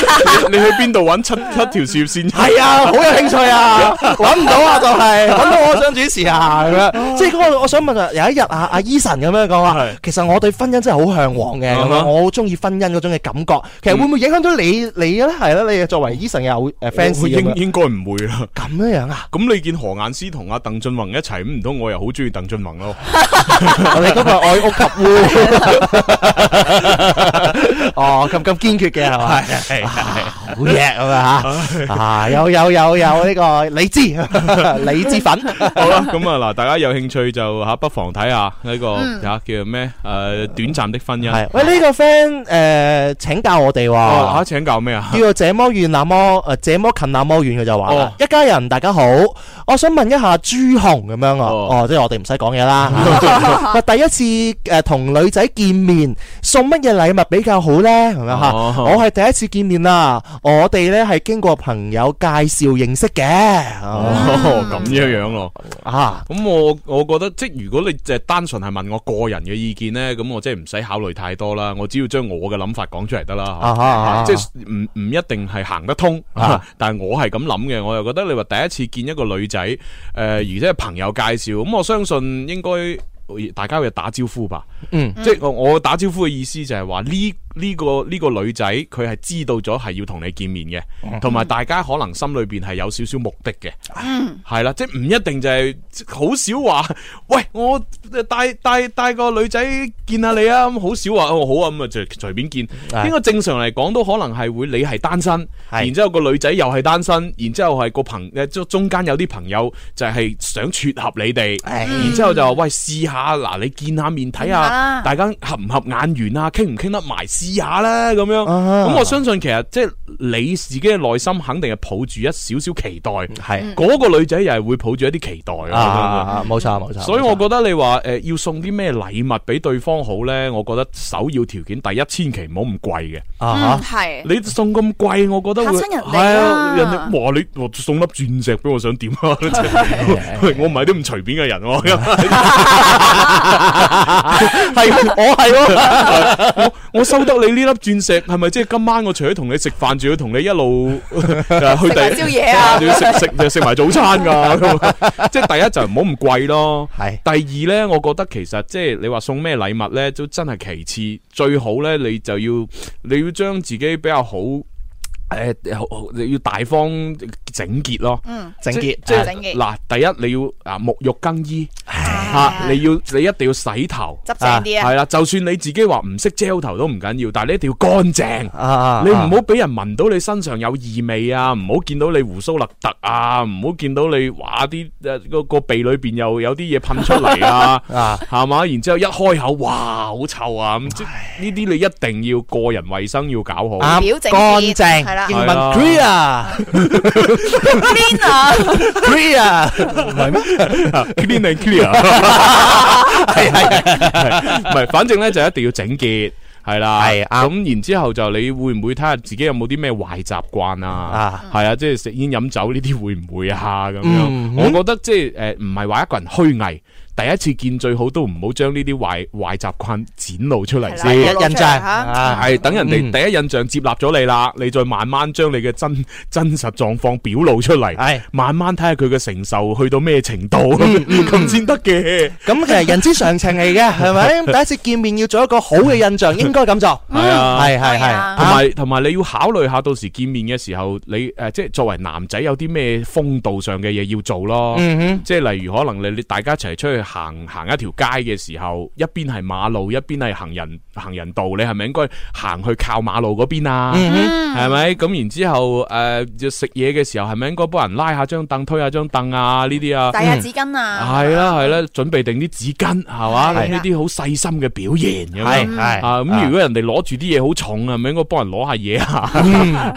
B: 你你去邊度揾七七條視線？
C: 係啊，好有興趣啊，揾唔到啊，就 係揾到我想主持啊，咁樣。即係嗰個我想問啊，有一日啊，阿 Eason 咁樣講話，其實我對婚姻真係好向往嘅，咁
A: 啊
C: 樣
B: Uh-huh
A: 哈
C: 我好中意婚姻嗰種嘅感覺。其實會唔會影響到你你咧？係啦，你作為 Eason 嘅偶誒 fans 咁
B: 應
C: 樣
B: 應該唔會啦。
C: 咁樣樣啊？
B: 咁你見何雁詩同阿鄧俊宏一齊，咁唔通我又好中意鄧俊宏咯？
C: 我哋嗰個愛屋及 烏，哦咁咁堅決嘅係嘛？
B: 係
C: 好嘢咁 啊嚇！啊有有有有呢個李知 李知粉，
B: 好啦，咁啊嗱，大家有興趣就啊吓不妨睇下呢個
C: 嗯
B: 吓叫咩誒短暫的婚姻。
C: 喂呢個 friend 誒請教我哋
B: 哦吓
C: 喎。
B: 請教咩啊
C: 叫？做這麼遠那麼誒，這麼近那麼遠，佢就話啦
B: 哦
C: 一家人大家好，我想問一下朱紅咁樣啊，哦，即係我哋唔使講嘢 啦。話第一次誒同女仔見面，送乜嘢禮物比較好呢？咁樣嚇，
A: 哦
C: 我係第一次見面啦，我哋呢係經過朋友介紹認識嘅。Ờ.
B: 哦， 咁樣樣咯，
C: 啊，
B: 咁我我覺得即係如果你就係單純係問我個人嘅意見咧，咁我即係唔使考慮太多啦，我只要將我嘅諗法講出嚟得
C: 啊哈啊哈，
B: 啦即係唔唔一定係行得通
C: 啊，
B: 但係我係咁諗嘅，我又覺得你話第一次見一個女仔，誒，而且係朋友介紹，咁我相信應該大家會打招呼吧。
C: 嗯
B: 即係我我打招呼嘅意思就係話呢呢個呢個女仔佢係知道咗係要同你見面
A: 嗯
B: 嘅，同埋大家可能心裏邊係有少少目的嘅，
A: 嗯
B: 係啦，即係唔一定就係好少話， 喂我呃帶帶帶個女仔見下你啊，咁好少話哦好啊咁啊就隨便見，
A: 係
B: 應該正常嚟講都可能係會你啊係單身，然之後個女仔又係單身，然之後係個朋誒中中間有啲朋友就係想撮合你哋，然之後就話喂試下嗱你見下面睇
A: 見下
B: 下
A: 啦
B: 大家合唔合眼緣啊，傾唔傾得埋試下啦咁樣，
A: 啊
B: 咁我相信其實即係你自己嘅內心肯定係抱住一少少期待，
C: 係
B: 嗰個女仔又係會抱住一啲期待
C: 啊啊，冇錯冇錯。
B: 所以我覺得你話誒、呃要送啲咩禮物俾對方好呢？我覺得首要條件第一，千祈唔好咁貴嘅。
D: 嗯，
C: 啊
D: 係
B: 你送咁貴，我覺得會
D: 嚇親人哋
B: 係啊！
D: 啊
B: 人哋哇你哇送粒鑽石俾我想 點啊？真係喂我唔係啲咁隨便嘅人喎，
C: 係我係
B: 喎，我我收得你呢粒鑽石係咪即係今晚我除咗同你食飯，仲要同你一 路去
A: 食埋
B: 第
A: 宵夜啊
B: 仲要食食食埋早餐㗎 咁即係第一就唔好咁貴咯。係。第二咧，我覺得其實即係你話送咩禮物咧，都真係其次，最好咧你就要你要將自己比較好。誒、好好你要大方整潔咯，
A: 嗯
B: 即
A: 整潔
B: 即
E: À,
A: 啊整
B: 係
A: 潔
B: 嗱，第一你要啊沐浴更衣，吓你要你一定要洗頭，
A: 執正啲啊
B: 係啦，就算你自己話唔識 gel 頭都唔緊要，但係你一定要乾淨，
C: 啊
B: 你唔好俾人聞到你身上有異味啊！唔好見到你胡鬚勒特啊！唔好見到你哇啲誒個個鼻裏邊又有啲嘢噴出嚟 啊！係嘛？然之後一開口，哇，好臭啊！咁即呢啲你一定要個人衞生要搞好，啊
D: 表正啲
C: 乾淨
D: 係啦
C: 英文 clear
D: clean 啊
C: clear 唔係咩
B: 뭐 아, ？clean and clear 係係係，唔係反正咧就一定要整潔。係啦，係咁然之後就你會唔會睇下自己有冇啲咩壞習慣啊？係啊，即係食煙飲酒呢啲會唔會啊？咁樣，
A: 嗯
B: 我覺得即係誒唔係話一個人虛偽。第一次見最好都唔好將呢啲壞壞習慣展露出嚟
C: 係啦
B: 先，
C: 第一印象啊
B: 係等人哋
C: 嗯
B: 第一印象接納咗你啦，你再慢慢將你嘅真真實狀況表露出嚟，
C: 係
B: 慢慢睇下佢嘅承受去到咩程度咁先得嘅。
C: 咁其實人之常情嚟 嘅，係咪？第一次見面要做一個好嘅印象，應該咁做。
B: 系啊，
C: 係嗯係啊係。
B: 同埋同埋你要考慮下，到時見面嘅時候，你诶、呃即係作為男仔有啲咩風度上嘅嘢要做咯。
C: 嗯哼
B: 即係例如可能你你大家一齊出去行行一條街嘅時候，一邊係馬路，一邊係行人行人道，你係咪應該行去靠馬路嗰邊啊？
C: 嗯
A: 哼
B: 係咪、咁然之后诶、呃食嘢嘅時候，係咪應該幫人拉下張凳、推下張凳啊？呢啲啊，
D: 遞
C: 嗯
D: 下紙巾啊
B: 系啦係啦，準備定啲紙巾係嘛，
D: 係啦
B: 呢啲好細心嘅表現咁樣
C: 係係
B: 啊咁
C: 啊
B: 如果人哋攞住啲嘢好重啊，咪應該幫人攞下嘢啊？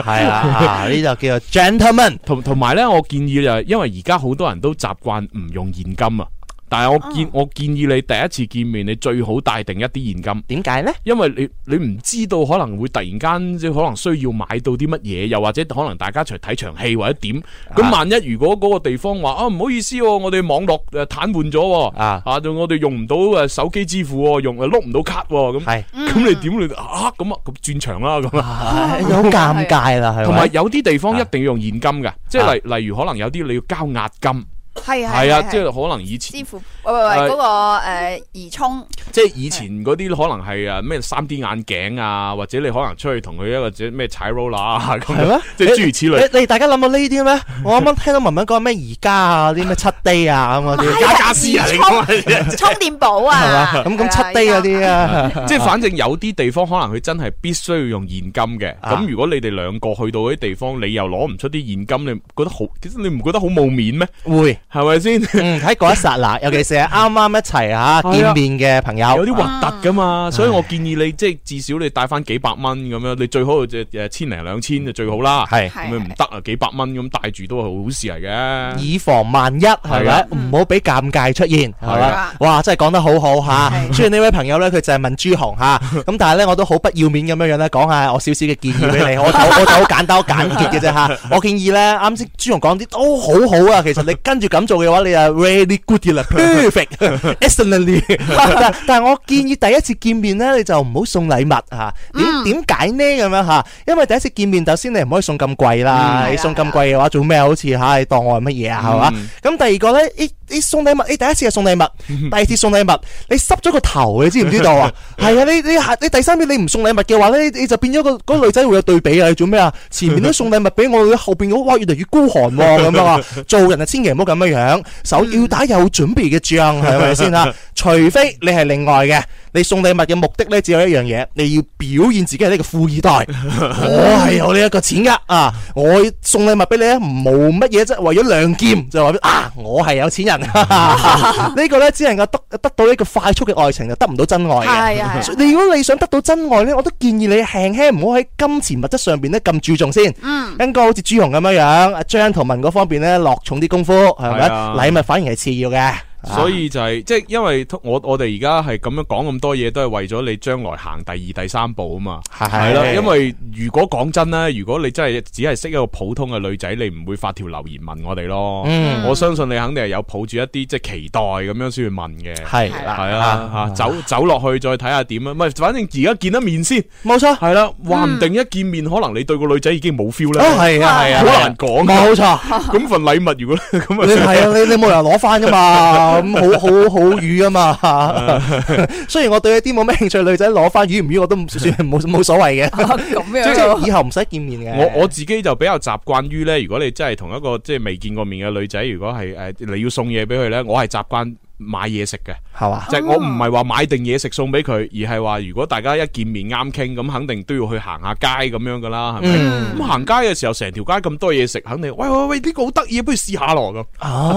C: 係啦啊呢就叫做 gentleman。
B: 同同埋咧，我建議就係因為而家好多人都習慣唔用現金啊。但係我建、
C: 哦
B: 我建議你第一次見面，你最好帶定一啲現金。
C: 點解呢？
B: 因為你你唔知道可能會突然間即係可能需要買到啲乜嘢，又或者可能大家一齊睇場戲或者點。
C: 啊
B: 咁萬一如果嗰個地方話啊唔好意思、喎，我哋網絡誒癱瘓咗喎，啊我哋用唔到誒手機支付喎，用誒碌唔到卡喎咁。係咁你點你啊咁啊咁轉場啦咁啊
C: 唉。好尷尬啦，係咪？啊
B: 同埋有啲地方一定要用現金嘅，即係例例如可能有啲你要交押金，
D: 係啊
B: 係啊，
D: 係啊
B: 即係可能以前
D: 支付喂喂喂
B: 係
D: 嗰個呃诶移充
B: 即係以前嗰啲可能係啊咩三 D 眼鏡啊，或者你可能出去同佢一個即係咩踩 roller 啊咁
C: 係咩
B: 樣， 即係諸如此類。
C: 你你大家諗到呢啲咩？我啱啱聽到文文講咩而家啊，啲咩七 day 啊咁嗰啲，
B: 家家私啊你講係
D: 充電寶
C: 係
D: 啊，
C: 嘛？咁咁七 day 嗰啲啊，
B: 即係反正有啲地方可能佢真係必須要用現金嘅，
C: 啊
B: 咁如果你哋兩個去到嗰啲地方，你又攞唔出啲現金，你覺得好，其實你唔覺得好冇面咩？
C: 會
B: 係咪先？
C: 嗯喺嗰一剎 那，尤其是係啱啱一齊嚇
B: 係啊
C: 見面嘅朋友，啊
B: 有啲核突噶嘛，所以我建議你即係至少你帶翻幾百蚊咁樣，你最好就誒千零兩千就最好啦。
C: 係
B: 咁樣唔得啊，幾百蚊咁帶住都係好事嚟嘅。
C: 以防萬一，係
B: 係啊
C: 咪？唔好俾尷尬出現，係
B: 係
C: 咪
B: 啊？
C: 哇，真係講得好好嚇！雖然呢位朋友咧，佢就係問朱紅嚇，咁但係咧，我都好不要面咁樣樣咧，講下我少少嘅建議俾你。我就我就好簡單、好簡潔嘅啫嚇。我建議咧，啱先朱紅講啲都好好啊。其實你跟住咁做嘅話，你就 really good 嘅啦，perfect 。Excellently，但但係我建議第一次見面咧，你就唔好送禮物嚇。點點解呢？咁樣嚇，因為第一次見面，首先你唔可以送咁貴啦，
B: 嗯
C: 你送咁貴嘅話做咩？好似嚇你當我係乜嘢啊？係嘛？咁第二個咧，咦咦送禮物，你第一次係送禮物，第二次送禮物，你濕咗個頭，你知唔知道啊？係啊，你你下你第三次你唔送禮物嘅話咧，你你就變咗個嗰個女仔會有對比啊！你做咩啊？前面都送禮物俾我，後邊嗰哇越嚟越孤寒喎咁樣啊！做人啊，千祈唔好咁樣樣，手要打有準備嘅仗，係咪先啊？除非你係另外嘅，你送禮物嘅目的咧只有一樣嘢，你要表現自己係呢個富二代，我係有呢一個錢噶啊！我送禮物俾你咧，冇乜嘢啫，為咗亮劍就話俾啊，我係有 錢人。呢個咧只能夠得得到呢個快速嘅愛情，就得唔到真愛
A: 係啊係啊
C: 嘅。所以如果你想得到真愛咧，我都建議你輕輕唔好喺金錢物質上邊咧咁注重先。
A: 嗯
C: 應該好似朱紅咁樣樣，阿張同文嗰方面咧落重啲功夫，係咪
B: 係？啊
C: 禮物反而係次要嘅。
B: 所以就係、即係因為通我我哋而家係咁樣講咁多嘢，都係為咗你將來行第二、第三步啊嘛。
C: 係
B: 啦，因為如果講真咧，如果你真係只係識一個普通嘅女仔，你唔會發條留言問我哋咯。
C: 嗯
B: 我相信你肯定係有抱住一啲即係期待咁樣先去問嘅。
C: 係
B: 係
C: 啦
B: 啊，嚇走走落去再睇下點啊。唔係，反正而家見得面先。
C: 冇錯。
B: 係啦，話唔定一見面，可能你對個女仔已經冇 feel 咧。
C: 哦係啊係啊
B: 好
C: 係啊
B: 難講。
C: 冇錯
B: 咁份禮物如果 咁啊，
C: 你係啊，你你冇人攞翻噶嘛，咁好好好魚啊 嘛。 雖然我對一啲冇咩興趣女仔攞翻魚唔魚，我 都唔算冇冇所謂嘅。哦咁
D: 樣
C: 即係以後唔使見面嘅。
B: 我我自己就比較習慣於呢，如果你真係同一個即係未見過面嘅女仔，如果係诶、誒你要送嘢俾佢呢，我係習慣買嘢食嘅。
C: 係嘛？
B: 就係我唔係話買定嘢食送俾佢，而係話如果大家一見面啱傾，咁肯定都要去行下街咁樣噶啦，係咪？
C: 嗯
B: 咁行街嘅時候，成條街咁多嘢食，肯定喂喂喂呢、個好得意，不如試下咯咁。
C: 哦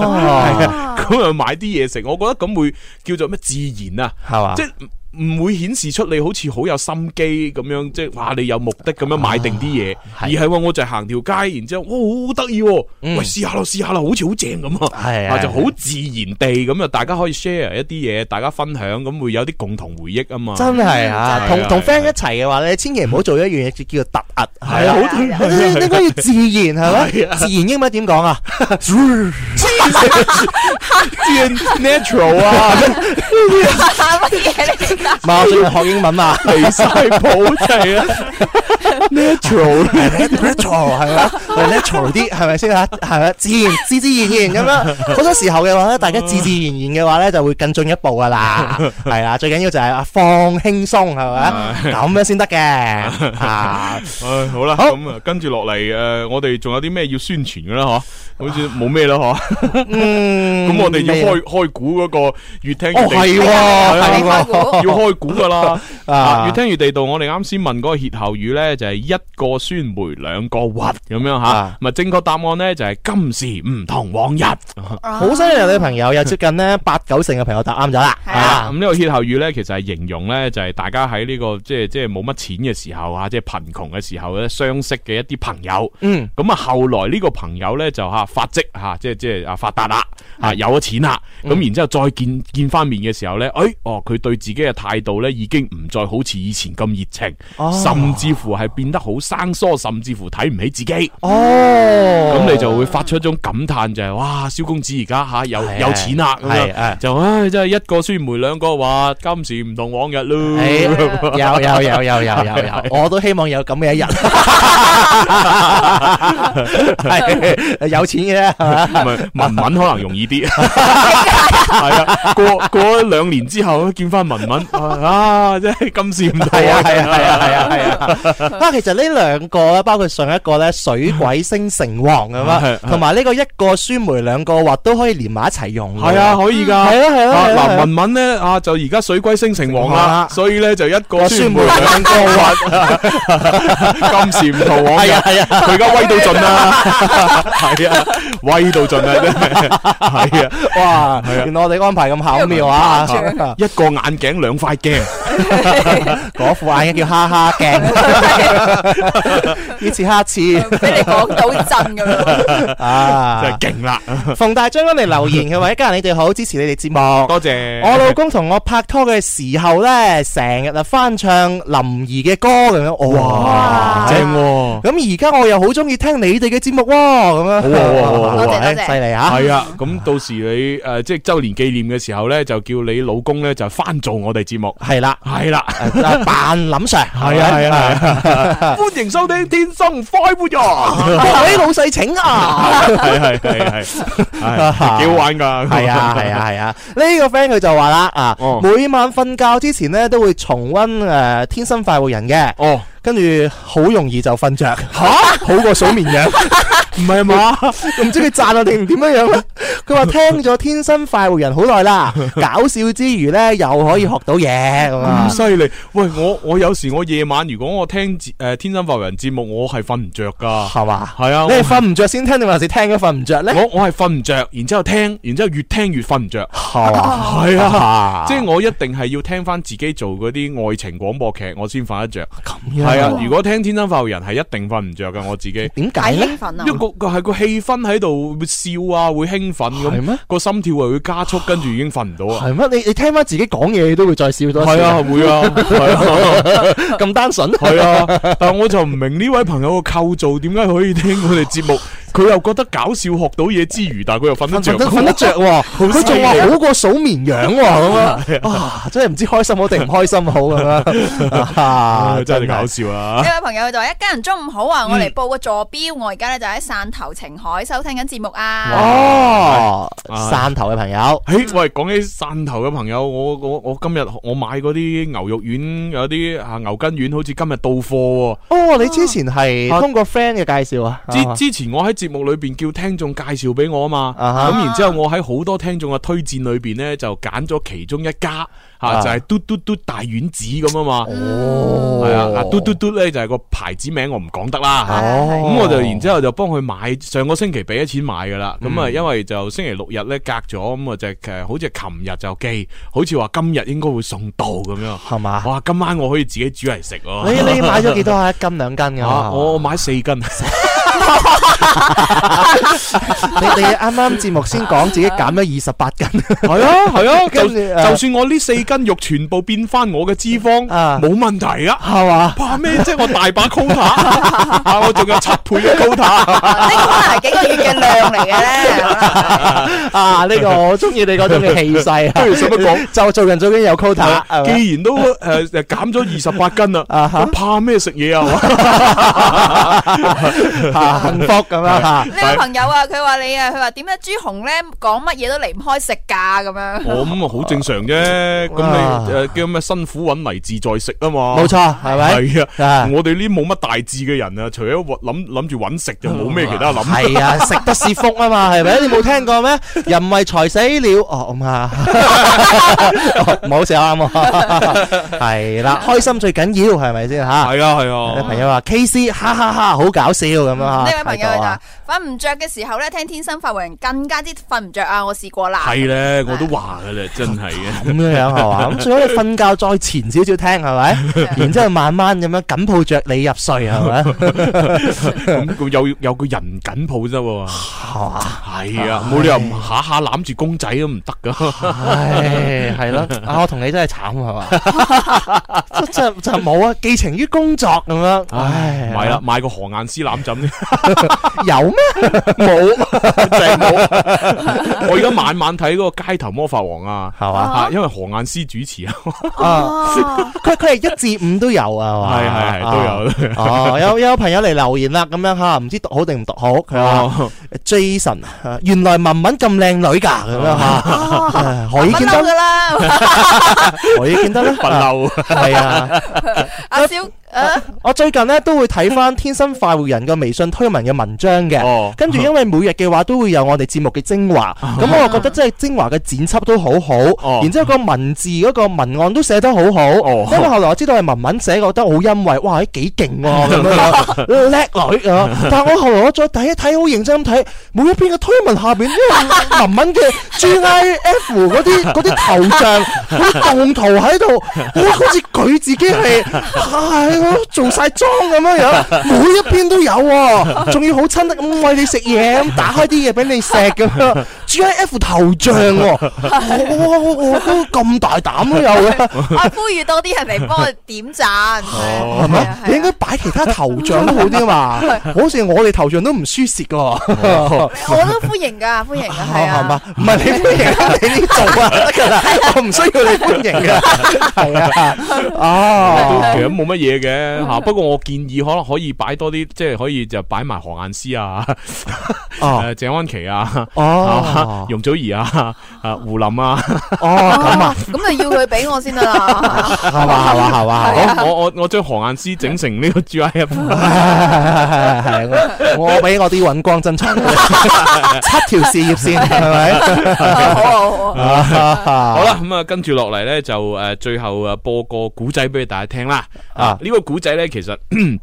B: 係啊咁啊買啲嘢食，我覺得咁會叫做咩自然啊，
C: 係嘛
B: 即係唔會顯示出你好似好有心機咁樣，即係哇你有目的咁樣買定啲嘢，而係話我就行條街，然之後哇好得意喎，
C: 嗯
B: 喂試下咯試下咯，好似好正咁啊，
C: 係
B: 啊
C: 係
B: 就好自然地咁啊，大家可以 share 一啲嘢，大家分享，咁會有啲共同回憶啊嘛，
C: 真係啊，同同
B: 係
C: friend 一齊嘅話咧，千祈唔好做一樣嘢叫做突 兀，係
B: 啊
C: 好應該要自然係
B: 係
C: 咪？
B: 啊
C: 自然英文點講 啊
B: natural 啊，
D: 乜嘢嚟㗎？
C: 唔係我最近學英文 啊，
B: 離晒譜係啊
C: ，natural natural 係咪？喂 natural 啲係咪先啊？係咪自然自自然然咁樣？好多時候嘅話咧，大家自自然然嘅話咧，就會更進一步噶啦，係啦，最緊要就係啊放輕鬆係咪？啊咁樣先 得嘅啊！
B: 唉，好啦，咁啊，跟住落嚟诶，呃我哋仲有啲咩要宣傳嘅啦？嗬，好似冇咩啦，嗬。
C: 嗯
B: 咁我哋要
C: 咩啊
B: 開開估嗰個越聽越
C: 哦
B: 地
C: 係 喎
B: 係啊
C: 係喎
B: 要開估噶啦。
C: 啊
B: 啊，越聽越地道。我哋啱先問嗰個歇後語咧，就係一個酸梅兩個核咁樣
C: 啊
B: 吓。咪正確答案咧就係今時唔同往日。
C: 好犀利啊！你朋友有接近咧八九成嘅朋友答啱咗 啦，
B: 系啦，啊咁呢個歇後語咧，其實係形容咧，就係大家喺呢個即係即系冇乜錢嘅時候啊，即係貧窮嘅時候咧，相識嘅一啲朋友。
C: 嗯，
B: 咁啊，後來呢個朋友咧就吓發迹吓，即係即系啊發達啦，吓有咗錢啦。
C: 嗯
B: 咁然之后再見见翻面嘅時候咧，诶，哦，佢對自己嘅態度咧已經唔再好似以前咁熱情，
C: 哦
B: 甚至乎係變得好生疏，甚至乎睇唔起自己。
C: 哦
B: 咁你就會發出一種感嘆，就係哇，蕭公子而家吓有
C: 係
B: 有錢啦，咁
C: 係
B: 樣
C: 係
B: 就唉，真係一個酸梅兩個話，今時唔同往日咯。
C: 誒有有有有有有有，我都希望有咁嘅一日，係有錢嘅係嘛
B: 唔係文文可能容易啲， 係啊，過過咗兩年之後見翻文文，啊，真係今時唔同往
C: 係
B: 日
C: 啊係啊係啊係啊係啊！ 啊，其實呢兩個啊咧，包括上一個咧水鬼星城王咁
B: 係
C: 啊，
B: 係
C: 同埋呢個一個酸梅兩個核都可以連埋一齊用嘅。
B: 係啊，可以㗎。
C: 係啊係啊係啊係
B: 嗱，
C: 啊
B: 文文咧啊，就而家水龜星成王
C: 成王
B: 啦
C: 啦，
B: 所以咧就一個
C: 酸
B: 酸
C: 梅
B: 梅兩
C: 兩個 核。
B: 今時唔同往日，
C: 係啊係啊
B: 佢而家威到盡啦，係啊，威到盡啦，真係，係啊，
C: 哇！
B: 係啊
C: 原來我哋安排咁巧妙啊！
B: 一個眼鏡兩塊鏡，
C: 嗰副眼鏡叫哈哈鏡， 呢次哈次
D: 啊俾你講到震咁樣。
C: 啊！
B: 真係勁啦，
C: 馮大將嚟留言，佢話：一家人你哋好，支持你哋節目。
B: 多謝。
C: 我老公同我拍拖嘅時候呢，成日啊翻唱林怡嘅歌咁樣，哇！
B: 正喎，
C: 咁而家我又好中意聽你哋嘅節目喎，咁樣
B: 好喎好喎好
D: 多謝
C: 哇
B: 喎
D: 多謝
C: 犀利啊！
B: 係啊，咁到時你诶即係周年紀念嘅時候咧，就叫你老公咧就翻做我哋節目，
C: 係啦，
B: 係啦，
C: 啊扮林 Sir，係
B: 係啊係 啊
C: 啊，
B: 歡迎收聽《天生快活人》，
C: 各位老細請啊！
B: 係係係係， 係幾好玩㗎，
C: 系啊系啊系啊！呢個 friend 佢就話啦啊
B: 哦，
C: 每晚瞓覺之前咧都會重温诶《天生快活人》嘅，
B: 哦，
C: 跟住好容易就瞓着，吓好過數綿 羊，
B: 唔係嘛？
C: 唔知佢赞我定點樣样咧？佢話聽咗《天生快活人》好耐 啦，搞笑之餘咧又可以學到嘢咁啊
B: 咁！犀利！喂，我我有時我夜晚如果我聽節诶《天生發人》節目，我係瞓唔着噶。
C: 係嘛？
B: 係啊，
C: 你係
B: 我
C: 瞓唔着先聽定還是聽咗瞓唔着咧？
B: 我我系瞓唔着，然之后聽，然之后越聽越瞓唔着。
C: 係嘛？
B: 係
C: 啊
B: 啊，即係我一定係要聽翻自己做嗰啲愛情廣播劇，我先瞓得着。
C: 咁樣
B: 係啊，如果聽《天生發人》係一定瞓唔着噶，我自己。
C: 點
D: 太
C: 解咧？
D: 興奮啊
B: 因為
D: 啦！
B: 個個係個氣氛喺度會笑啊，會興奮
C: 係咩
B: 咁，個心跳又會加速，跟住已經瞓唔到啊。
C: 係咩？你你听翻自己講嘢，你都會再笑多一次
B: 係啊，，會 啊，係啊。
C: 咁單純。
B: 系啊，但我就唔明呢位朋友嘅構造點解可以聽我哋節目，佢又覺得搞笑學到嘢之餘，但係佢又瞓得
C: 瞓
B: 着。
C: 得瞓得着 喎，佢仲話好過數綿羊喎咁樣啊！真係唔知開心好定唔開心好咁 樣啊！
B: 唉真係
C: 係
B: 搞笑啊！嗯
D: 呢位朋友就話：一家人中午好啊！我嚟報個座標，我而家咧就喺汕頭晴海收聽緊節目啊！
C: 哦，
B: 唉
C: 汕頭嘅朋友
B: 诶，哎喂，講起汕頭嘅朋友，我我我今日我買嗰啲牛肉丸，有啲啊牛筋丸，好似今日到貨喎。
C: 哦，你之前係通過 friend 嘅介紹啊，
B: 之之前我喺節目裏邊叫聽眾介紹俾我啊嘛，
C: 啊哈
B: 咁然之後我喺好多聽眾嘅啊推薦裏邊呢，就揀咗其中一家
C: 啊哦
B: 嚇，就係嘟嘟嘟大丸子咁啊嘛，係啊，嗱嘟嘟嘟咧就係個牌子名我唔講得啦，
C: 哦
B: 咁我就然之後就幫佢買，上個星期俾咗錢買㗎啦，咁啊
C: 嗯
B: 因為就星期六日咧隔咗，咁啊就誒好似琴日就寄，好似話今日應該會送到咁樣，
C: 係嘛？
B: 哇，今晚我可以自己煮嚟食喎，
C: 你你買咗幾多啊？一斤兩斤㗎？
B: 啊？我買四斤。
C: 你你啱啱節目先講自己減咗二十八斤，
B: 系啊系啊，就
C: 跟住誒
B: 就算我呢四斤肉全部變翻我嘅脂肪，冇問題啊，
C: 係嘛？
B: 怕咩啫？我大把 quota，啊我仲有七倍嘅 quota，
C: 啊！呢個我中意你嗰種嘅氣勢啊！
B: 不如使乜 講？啊
C: 就做人最緊要有 quota，係咪
B: 既然都诶诶减咗二十八斤啦，我怕咩食嘢啊？
C: 啊幸福咁 樣嚇。
D: 呢位朋友啊，佢話你啊，佢話點解朱紅咧講乜嘢都離唔開食㗎咁樣。
C: 哦
B: 我咁啊好正常啫，咁你诶呃叫咩辛苦揾嚟自在食啊嘛？
C: 冇錯係咪
B: 系啊
C: 啊，
B: 我哋呢冇乜大志嘅人啊，除咗諗諗住揾食就冇咩其他 諗。
C: 係 啊，食得是福啊嘛，係咪？你冇聽過咩？人為財死了，哦咁啊， 哦冇食啱 喎。係啦，開心最緊要係咪先吓？
B: 係啊係啊
C: 有朋友話 K C，哈哈哈，好搞笑咁樣吓。
D: 嗯呢位朋友
C: 睇
D: 就
C: 到啊
D: 話瞓唔着嘅時候咧，聽天生發圍人更加之瞓唔着啊！我試過啦。
B: 系咧，我都話噶啦，真係嘅。
C: 咁樣樣係 嘛？咁最好你瞓覺再前少少聽係咪？
B: 啊
C: 然之後慢慢咁樣緊抱着你入睡係咪？
B: 咁佢有有個人緊抱啫喎，
C: 係嘛？
B: 係啊，冇理由唔下下攬住公仔都唔得噶。
C: 唉，係咯，啊，我同你真係慘啊係嘛？真真就冇啊，寄情於工作咁樣，唉，
B: 買啦，買個何雁詩攬枕先，
C: 有咩？冇，
B: 就 係冇。我而家晚晚睇嗰個《街頭魔法王》啊，
C: 係嘛
B: 啊因為何雁詩主持啊，
C: 啊，
D: 哦
C: 佢佢係一至五都有啊，係嘛
B: 係係都有
C: 哦，有有朋友嚟留言啦，咁樣吓，唔知讀好定唔讀好，佢話
B: 哦
C: Jason，啊原來文文咁靚女㗎，咁樣吓，唉何以
D: 不
C: 見
D: 哦嬲
C: 得
D: 噶？啦，
C: 何以見得咧？
B: 不嬲，
C: 係啊。
D: 阿萧，啊
C: 我最近咧都會睇翻《天生快活人》嘅微信推文嘅文章
B: 哦
C: 嘅，跟住因為每日嘅話都會有我哋節目嘅精 華，咁我覺得真係精華嘅剪輯都好
B: 哦
C: 好，然之後個文字嗰個文案都寫得好好，
B: 哦
C: 因為後來我知道係文文寫，覺得好欣慰，哇，幾勁喎咁樣，叻女啊！但係我後來我再睇一睇，好認真咁睇，每一篇嘅推文下邊，因為文文嘅 GIF 嗰啲嗰啲頭像，嗰啲動圖喺度，哇，好似佢自己係係我做晒妝咁樣樣，每一篇都有喎，仲要好親昵咁餵你食嘢，咁打開啲嘢俾你食咁樣，GIF 頭像喎，哇哇哇咁大膽都有嘅。
D: 我啊呼籲多啲人嚟幫我點讚。係
C: 係
D: 咪啊
C: 咪？你應該擺其他頭像都好啲啊 嘛，好似我哋頭像都唔輸蝕噶，
D: 我都歡迎㗎，歡迎㗎，係
C: 係
D: 啊
C: 嘛。？唔係你歡迎你呢 做啊得㗎啦，我唔需要你歡迎㗎，係啊，
B: 都其
C: 哦，
B: 實冇乜嘢嘅吓。不過我建議可能可以擺多啲，即係可以就擺埋何雁詩啊，
C: 哦
B: 誒鄭安琪啊，啊
C: 哦，
B: 容祖兒啊，啊胡林啊。
C: 哦，咁啊，
D: 咁就要佢俾我先得 啦。
C: 係嘛，係嘛，係嘛，係嘛
B: 我我我我将何雁詩整成呢個
C: 係
B: GIF，
C: 係係，我我俾我啲尹光真出 七條事業線係 咪？
D: 好啊 好啊，
B: 好
C: 好
B: 啦，咁啊，跟住落嚟咧就诶，呃最後啊播個古仔俾大家聽啦。啊
C: 啊，
B: 呢個古仔咧其實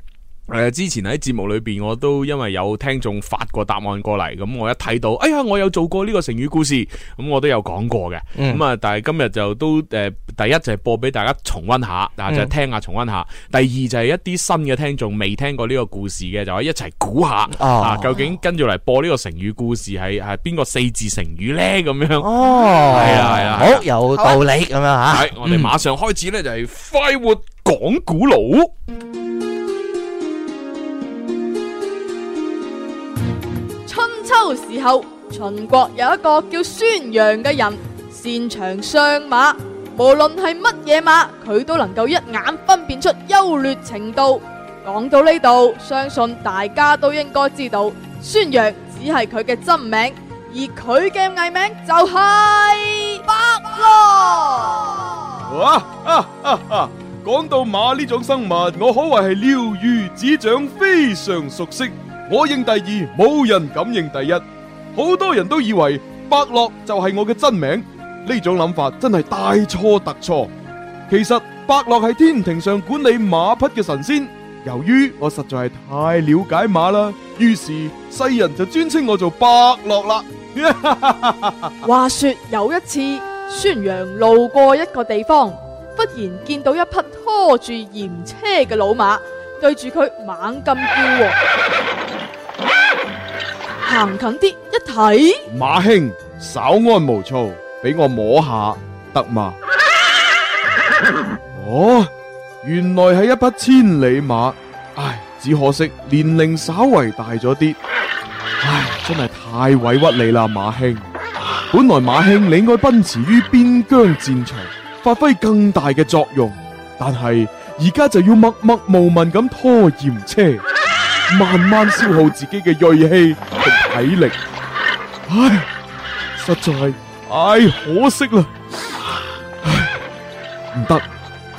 B: 诶，之前喺節目裏边我都因為有聽眾發過答案過嚟，咁我一睇到，哎呀，我有做過呢個成語故事，咁我都有講過嘅。
C: 嗯
B: 咁啊，但係今日就都诶，第一就係播俾大家重温下，啊，就係
C: 嗯
B: 聽下重温下。第二就係一啲新嘅聽眾未聽過呢個故事嘅，就可以一齊估下
C: 哦
B: 啊，究竟跟住嚟播呢個成語故事係係邊個四字成語咧？咁樣。
C: 哦，
B: 係啊係啊
C: 好有道理咁樣啊嗯吓。
B: 系，我哋马上开始咧，就系 快活讲古佬。
I: 春秋時候，秦國有一個叫孫陽嘅人，擅長相馬，無論係乜嘢馬，佢都能夠一眼分辨出優劣程度。講到呢度，相信大家都應該知道，孫陽只係佢嘅真名，而佢嘅藝名就係北羅。
F: 哇啊啊啊！講到馬呢種生物，我可謂係了如指掌，非常熟悉。我认第二，冇人敢认第一。好多人都以为伯乐就系我嘅真名，呢种谂法真系大错特错。其实伯乐系天庭上管理马匹嘅神仙。由于我实在系太了解马啦，于是世人就尊称我做伯乐啦。
I: 话说有一次，孫楊路過一個地方，忽然見到一匹拖住鹽車嘅老馬，對住佢猛咁叫喎。行近啲一睇，
F: 马兄，稍安勿躁，俾我摸下得嘛？哦，原来系一匹千里马，唉，只可惜年龄稍为大咗啲，唉，真系太委屈你啦，马兄。本来马兄你应该奔驰于边疆战场，发挥更大嘅作用，但系而家就要默默无闻咁拖盐车，慢慢消耗自己嘅锐气同体力，唉，实在系唉可惜啦。唔得，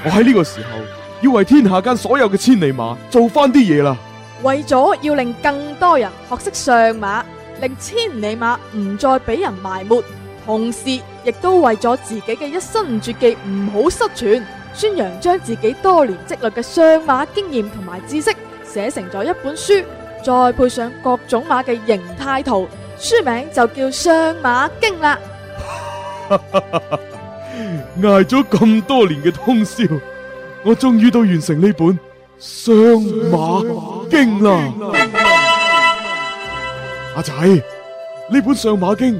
F: 我喺呢个时候要为天下间所有嘅千里马做翻啲嘢啦。
I: 為咗要令更多人學識上馬，令千里馬唔再俾人埋沒，同時亦都為咗自己嘅一身絕技唔好失傳，孫楊將自己多年積累嘅上馬經驗同埋知識寫成咗一本書，再配上各種馬嘅形態圖，書名就叫《上馬經》啦。
F: 挨咗咁多年嘅通宵，我终于都完成呢本《上马经》啦。阿仔，呢本《上马经》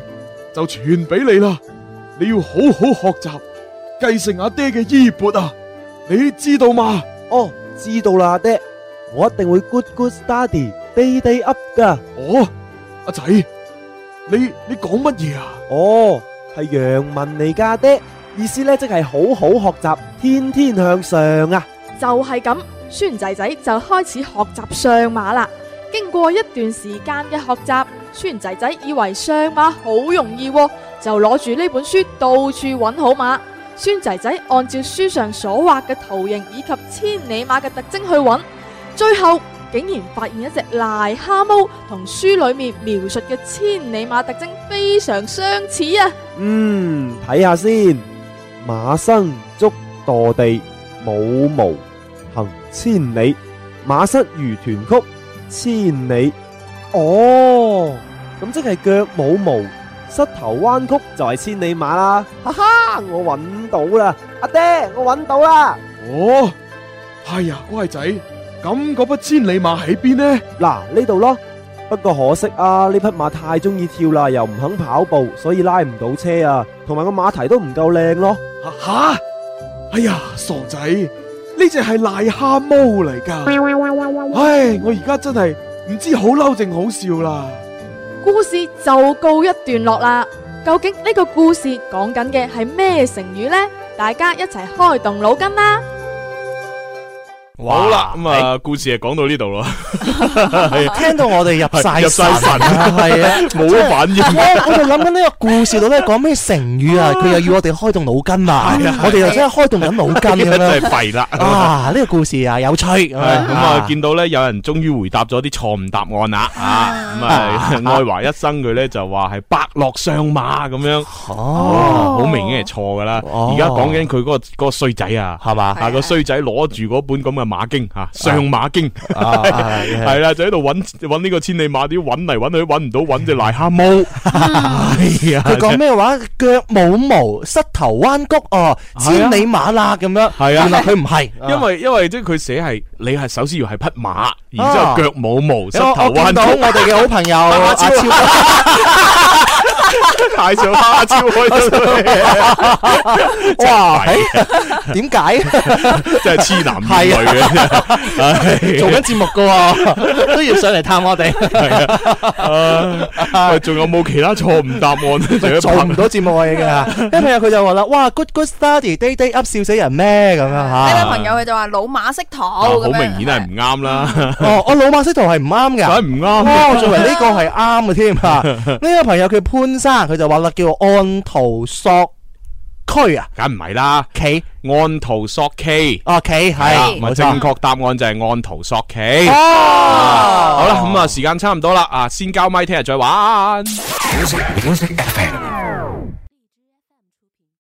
F: 就传俾你啦，你要好好学习，继承阿爹嘅衣钵啊！你知道嘛？
N: 哦，知道啦，爹，我一定会 good good study day day up 噶。
F: 哦，阿仔，你你讲乜嘢啊？
N: 哦，系洋文嚟噶，爹，意思咧即系好好学习，天天向上啊。
I: 就係咁，孫仔仔就開始學習上馬啦。經過一段時間嘅學習，孫仔仔以為上馬好容易、喎，就攞住呢本書到處揾好馬。孫仔仔按照書上所畫嘅圖形以及千里馬嘅特徵去揾，最後竟然發現一隻癩蛤蟆同書里面描述嘅千里馬特徵非常相似啊！
N: 嗯，睇下先。马生足堕地，冇毛行千里；马失如团曲，千里。哦，咁即系脚冇毛，膝头弯曲就系千里马啦。哈哈，我揾到啦，阿爹，我揾到啦。
F: 哦，哎呀，乖仔，咁嗰匹千里马喺边呢？
N: 嗱，呢度咯。不過可惜啊，呢匹馬太中意跳啦，又唔肯跑步，所以拉唔到車啊，同埋個馬蹄都唔夠靚咯。
F: 吓，哎呀，傻仔，呢只系癞蛤蟆嚟噶。唉，我而家真系唔知好嬲定好笑啦。
I: 故事就告一段落啦。究竟呢個故事講緊嘅係咩成語呢？大家一齊開動腦筋啦！
B: 好啦，咁
C: 哎
B: 啊，故事就讲到呢度 咯。
C: 聽到我哋入晒
B: 入晒神
C: 啊係啊，
B: 冇反應
C: 我我就諗緊呢個故事到底講咩成語啊？佢又要我哋開動腦筋啊
B: 係啊！
C: 我哋又真係開動緊腦筋咁
B: 真
C: 樣。
B: 係弊啦
C: 啊，呢個故事啊，有趣咁
B: 係咁啊，
C: 啊！
B: 見到咧有人終於回答咗啲錯誤答案啦，啊，咁 啊，愛華一生佢咧就話係伯樂上馬咁樣，哦，好明顯係錯噶啦。
C: 哦
B: 而家講緊佢嗰個嗰個衰仔啊，係嘛，啊個衰仔攞住嗰本咁嘅馬經嚇，上馬經，
C: 啊係
B: 係啦，就喺度揾揾呢個千里馬，啲揾嚟揾去都揾唔到，揾只癞蛤蟆， 係啊
C: 嗯佢講咩話？腳冇毛，膝頭彎曲哦，千里馬啦咁樣。
B: 系啊，
C: 原來佢唔係，
B: 因為因為即係佢寫係你係首先要係匹馬，然之
C: 啊
B: 後腳冇毛，膝
C: 我
B: 頭
C: 我
B: 彎
C: 見到
B: 曲
C: 我哋嘅好 朋友阿超，
B: 大上花超開咗 佢，哇！
C: 點解？
B: 真係痴男怨女嘅，
C: 做緊節目噶 喎，都要上嚟探我哋。
B: 係啊！喂，仲有冇其他錯 誤答案？
C: 做唔到節目啊嘅㗎，啲朋友佢就話啦：，哇，good good study day day up，笑死 à, 人咩咁樣
D: 呢位
C: 嚇。
D: 朋友佢就話老馬識途
B: 啊好
D: 咁
B: 明
D: 樣。
B: 顯係唔啱啦。
C: 哦，我老馬識途係唔啱㗎，
B: 梗係唔啱
C: 哦，我作為呢個係 à. 啱嘅添嚇。呢個朋友叫潘生，佢就話啦，叫我按圖索。區啊？
B: 梗唔係啦，
C: 棋
B: 按圖索驥。
C: 哦，棋
B: 係啦
C: 係
B: 咪
C: 冇錯
B: 正確答案就係按圖索驥。
C: 哦
B: 啊好啦，咁啊，時間差唔多啦，啊，先交咪，聽日再玩。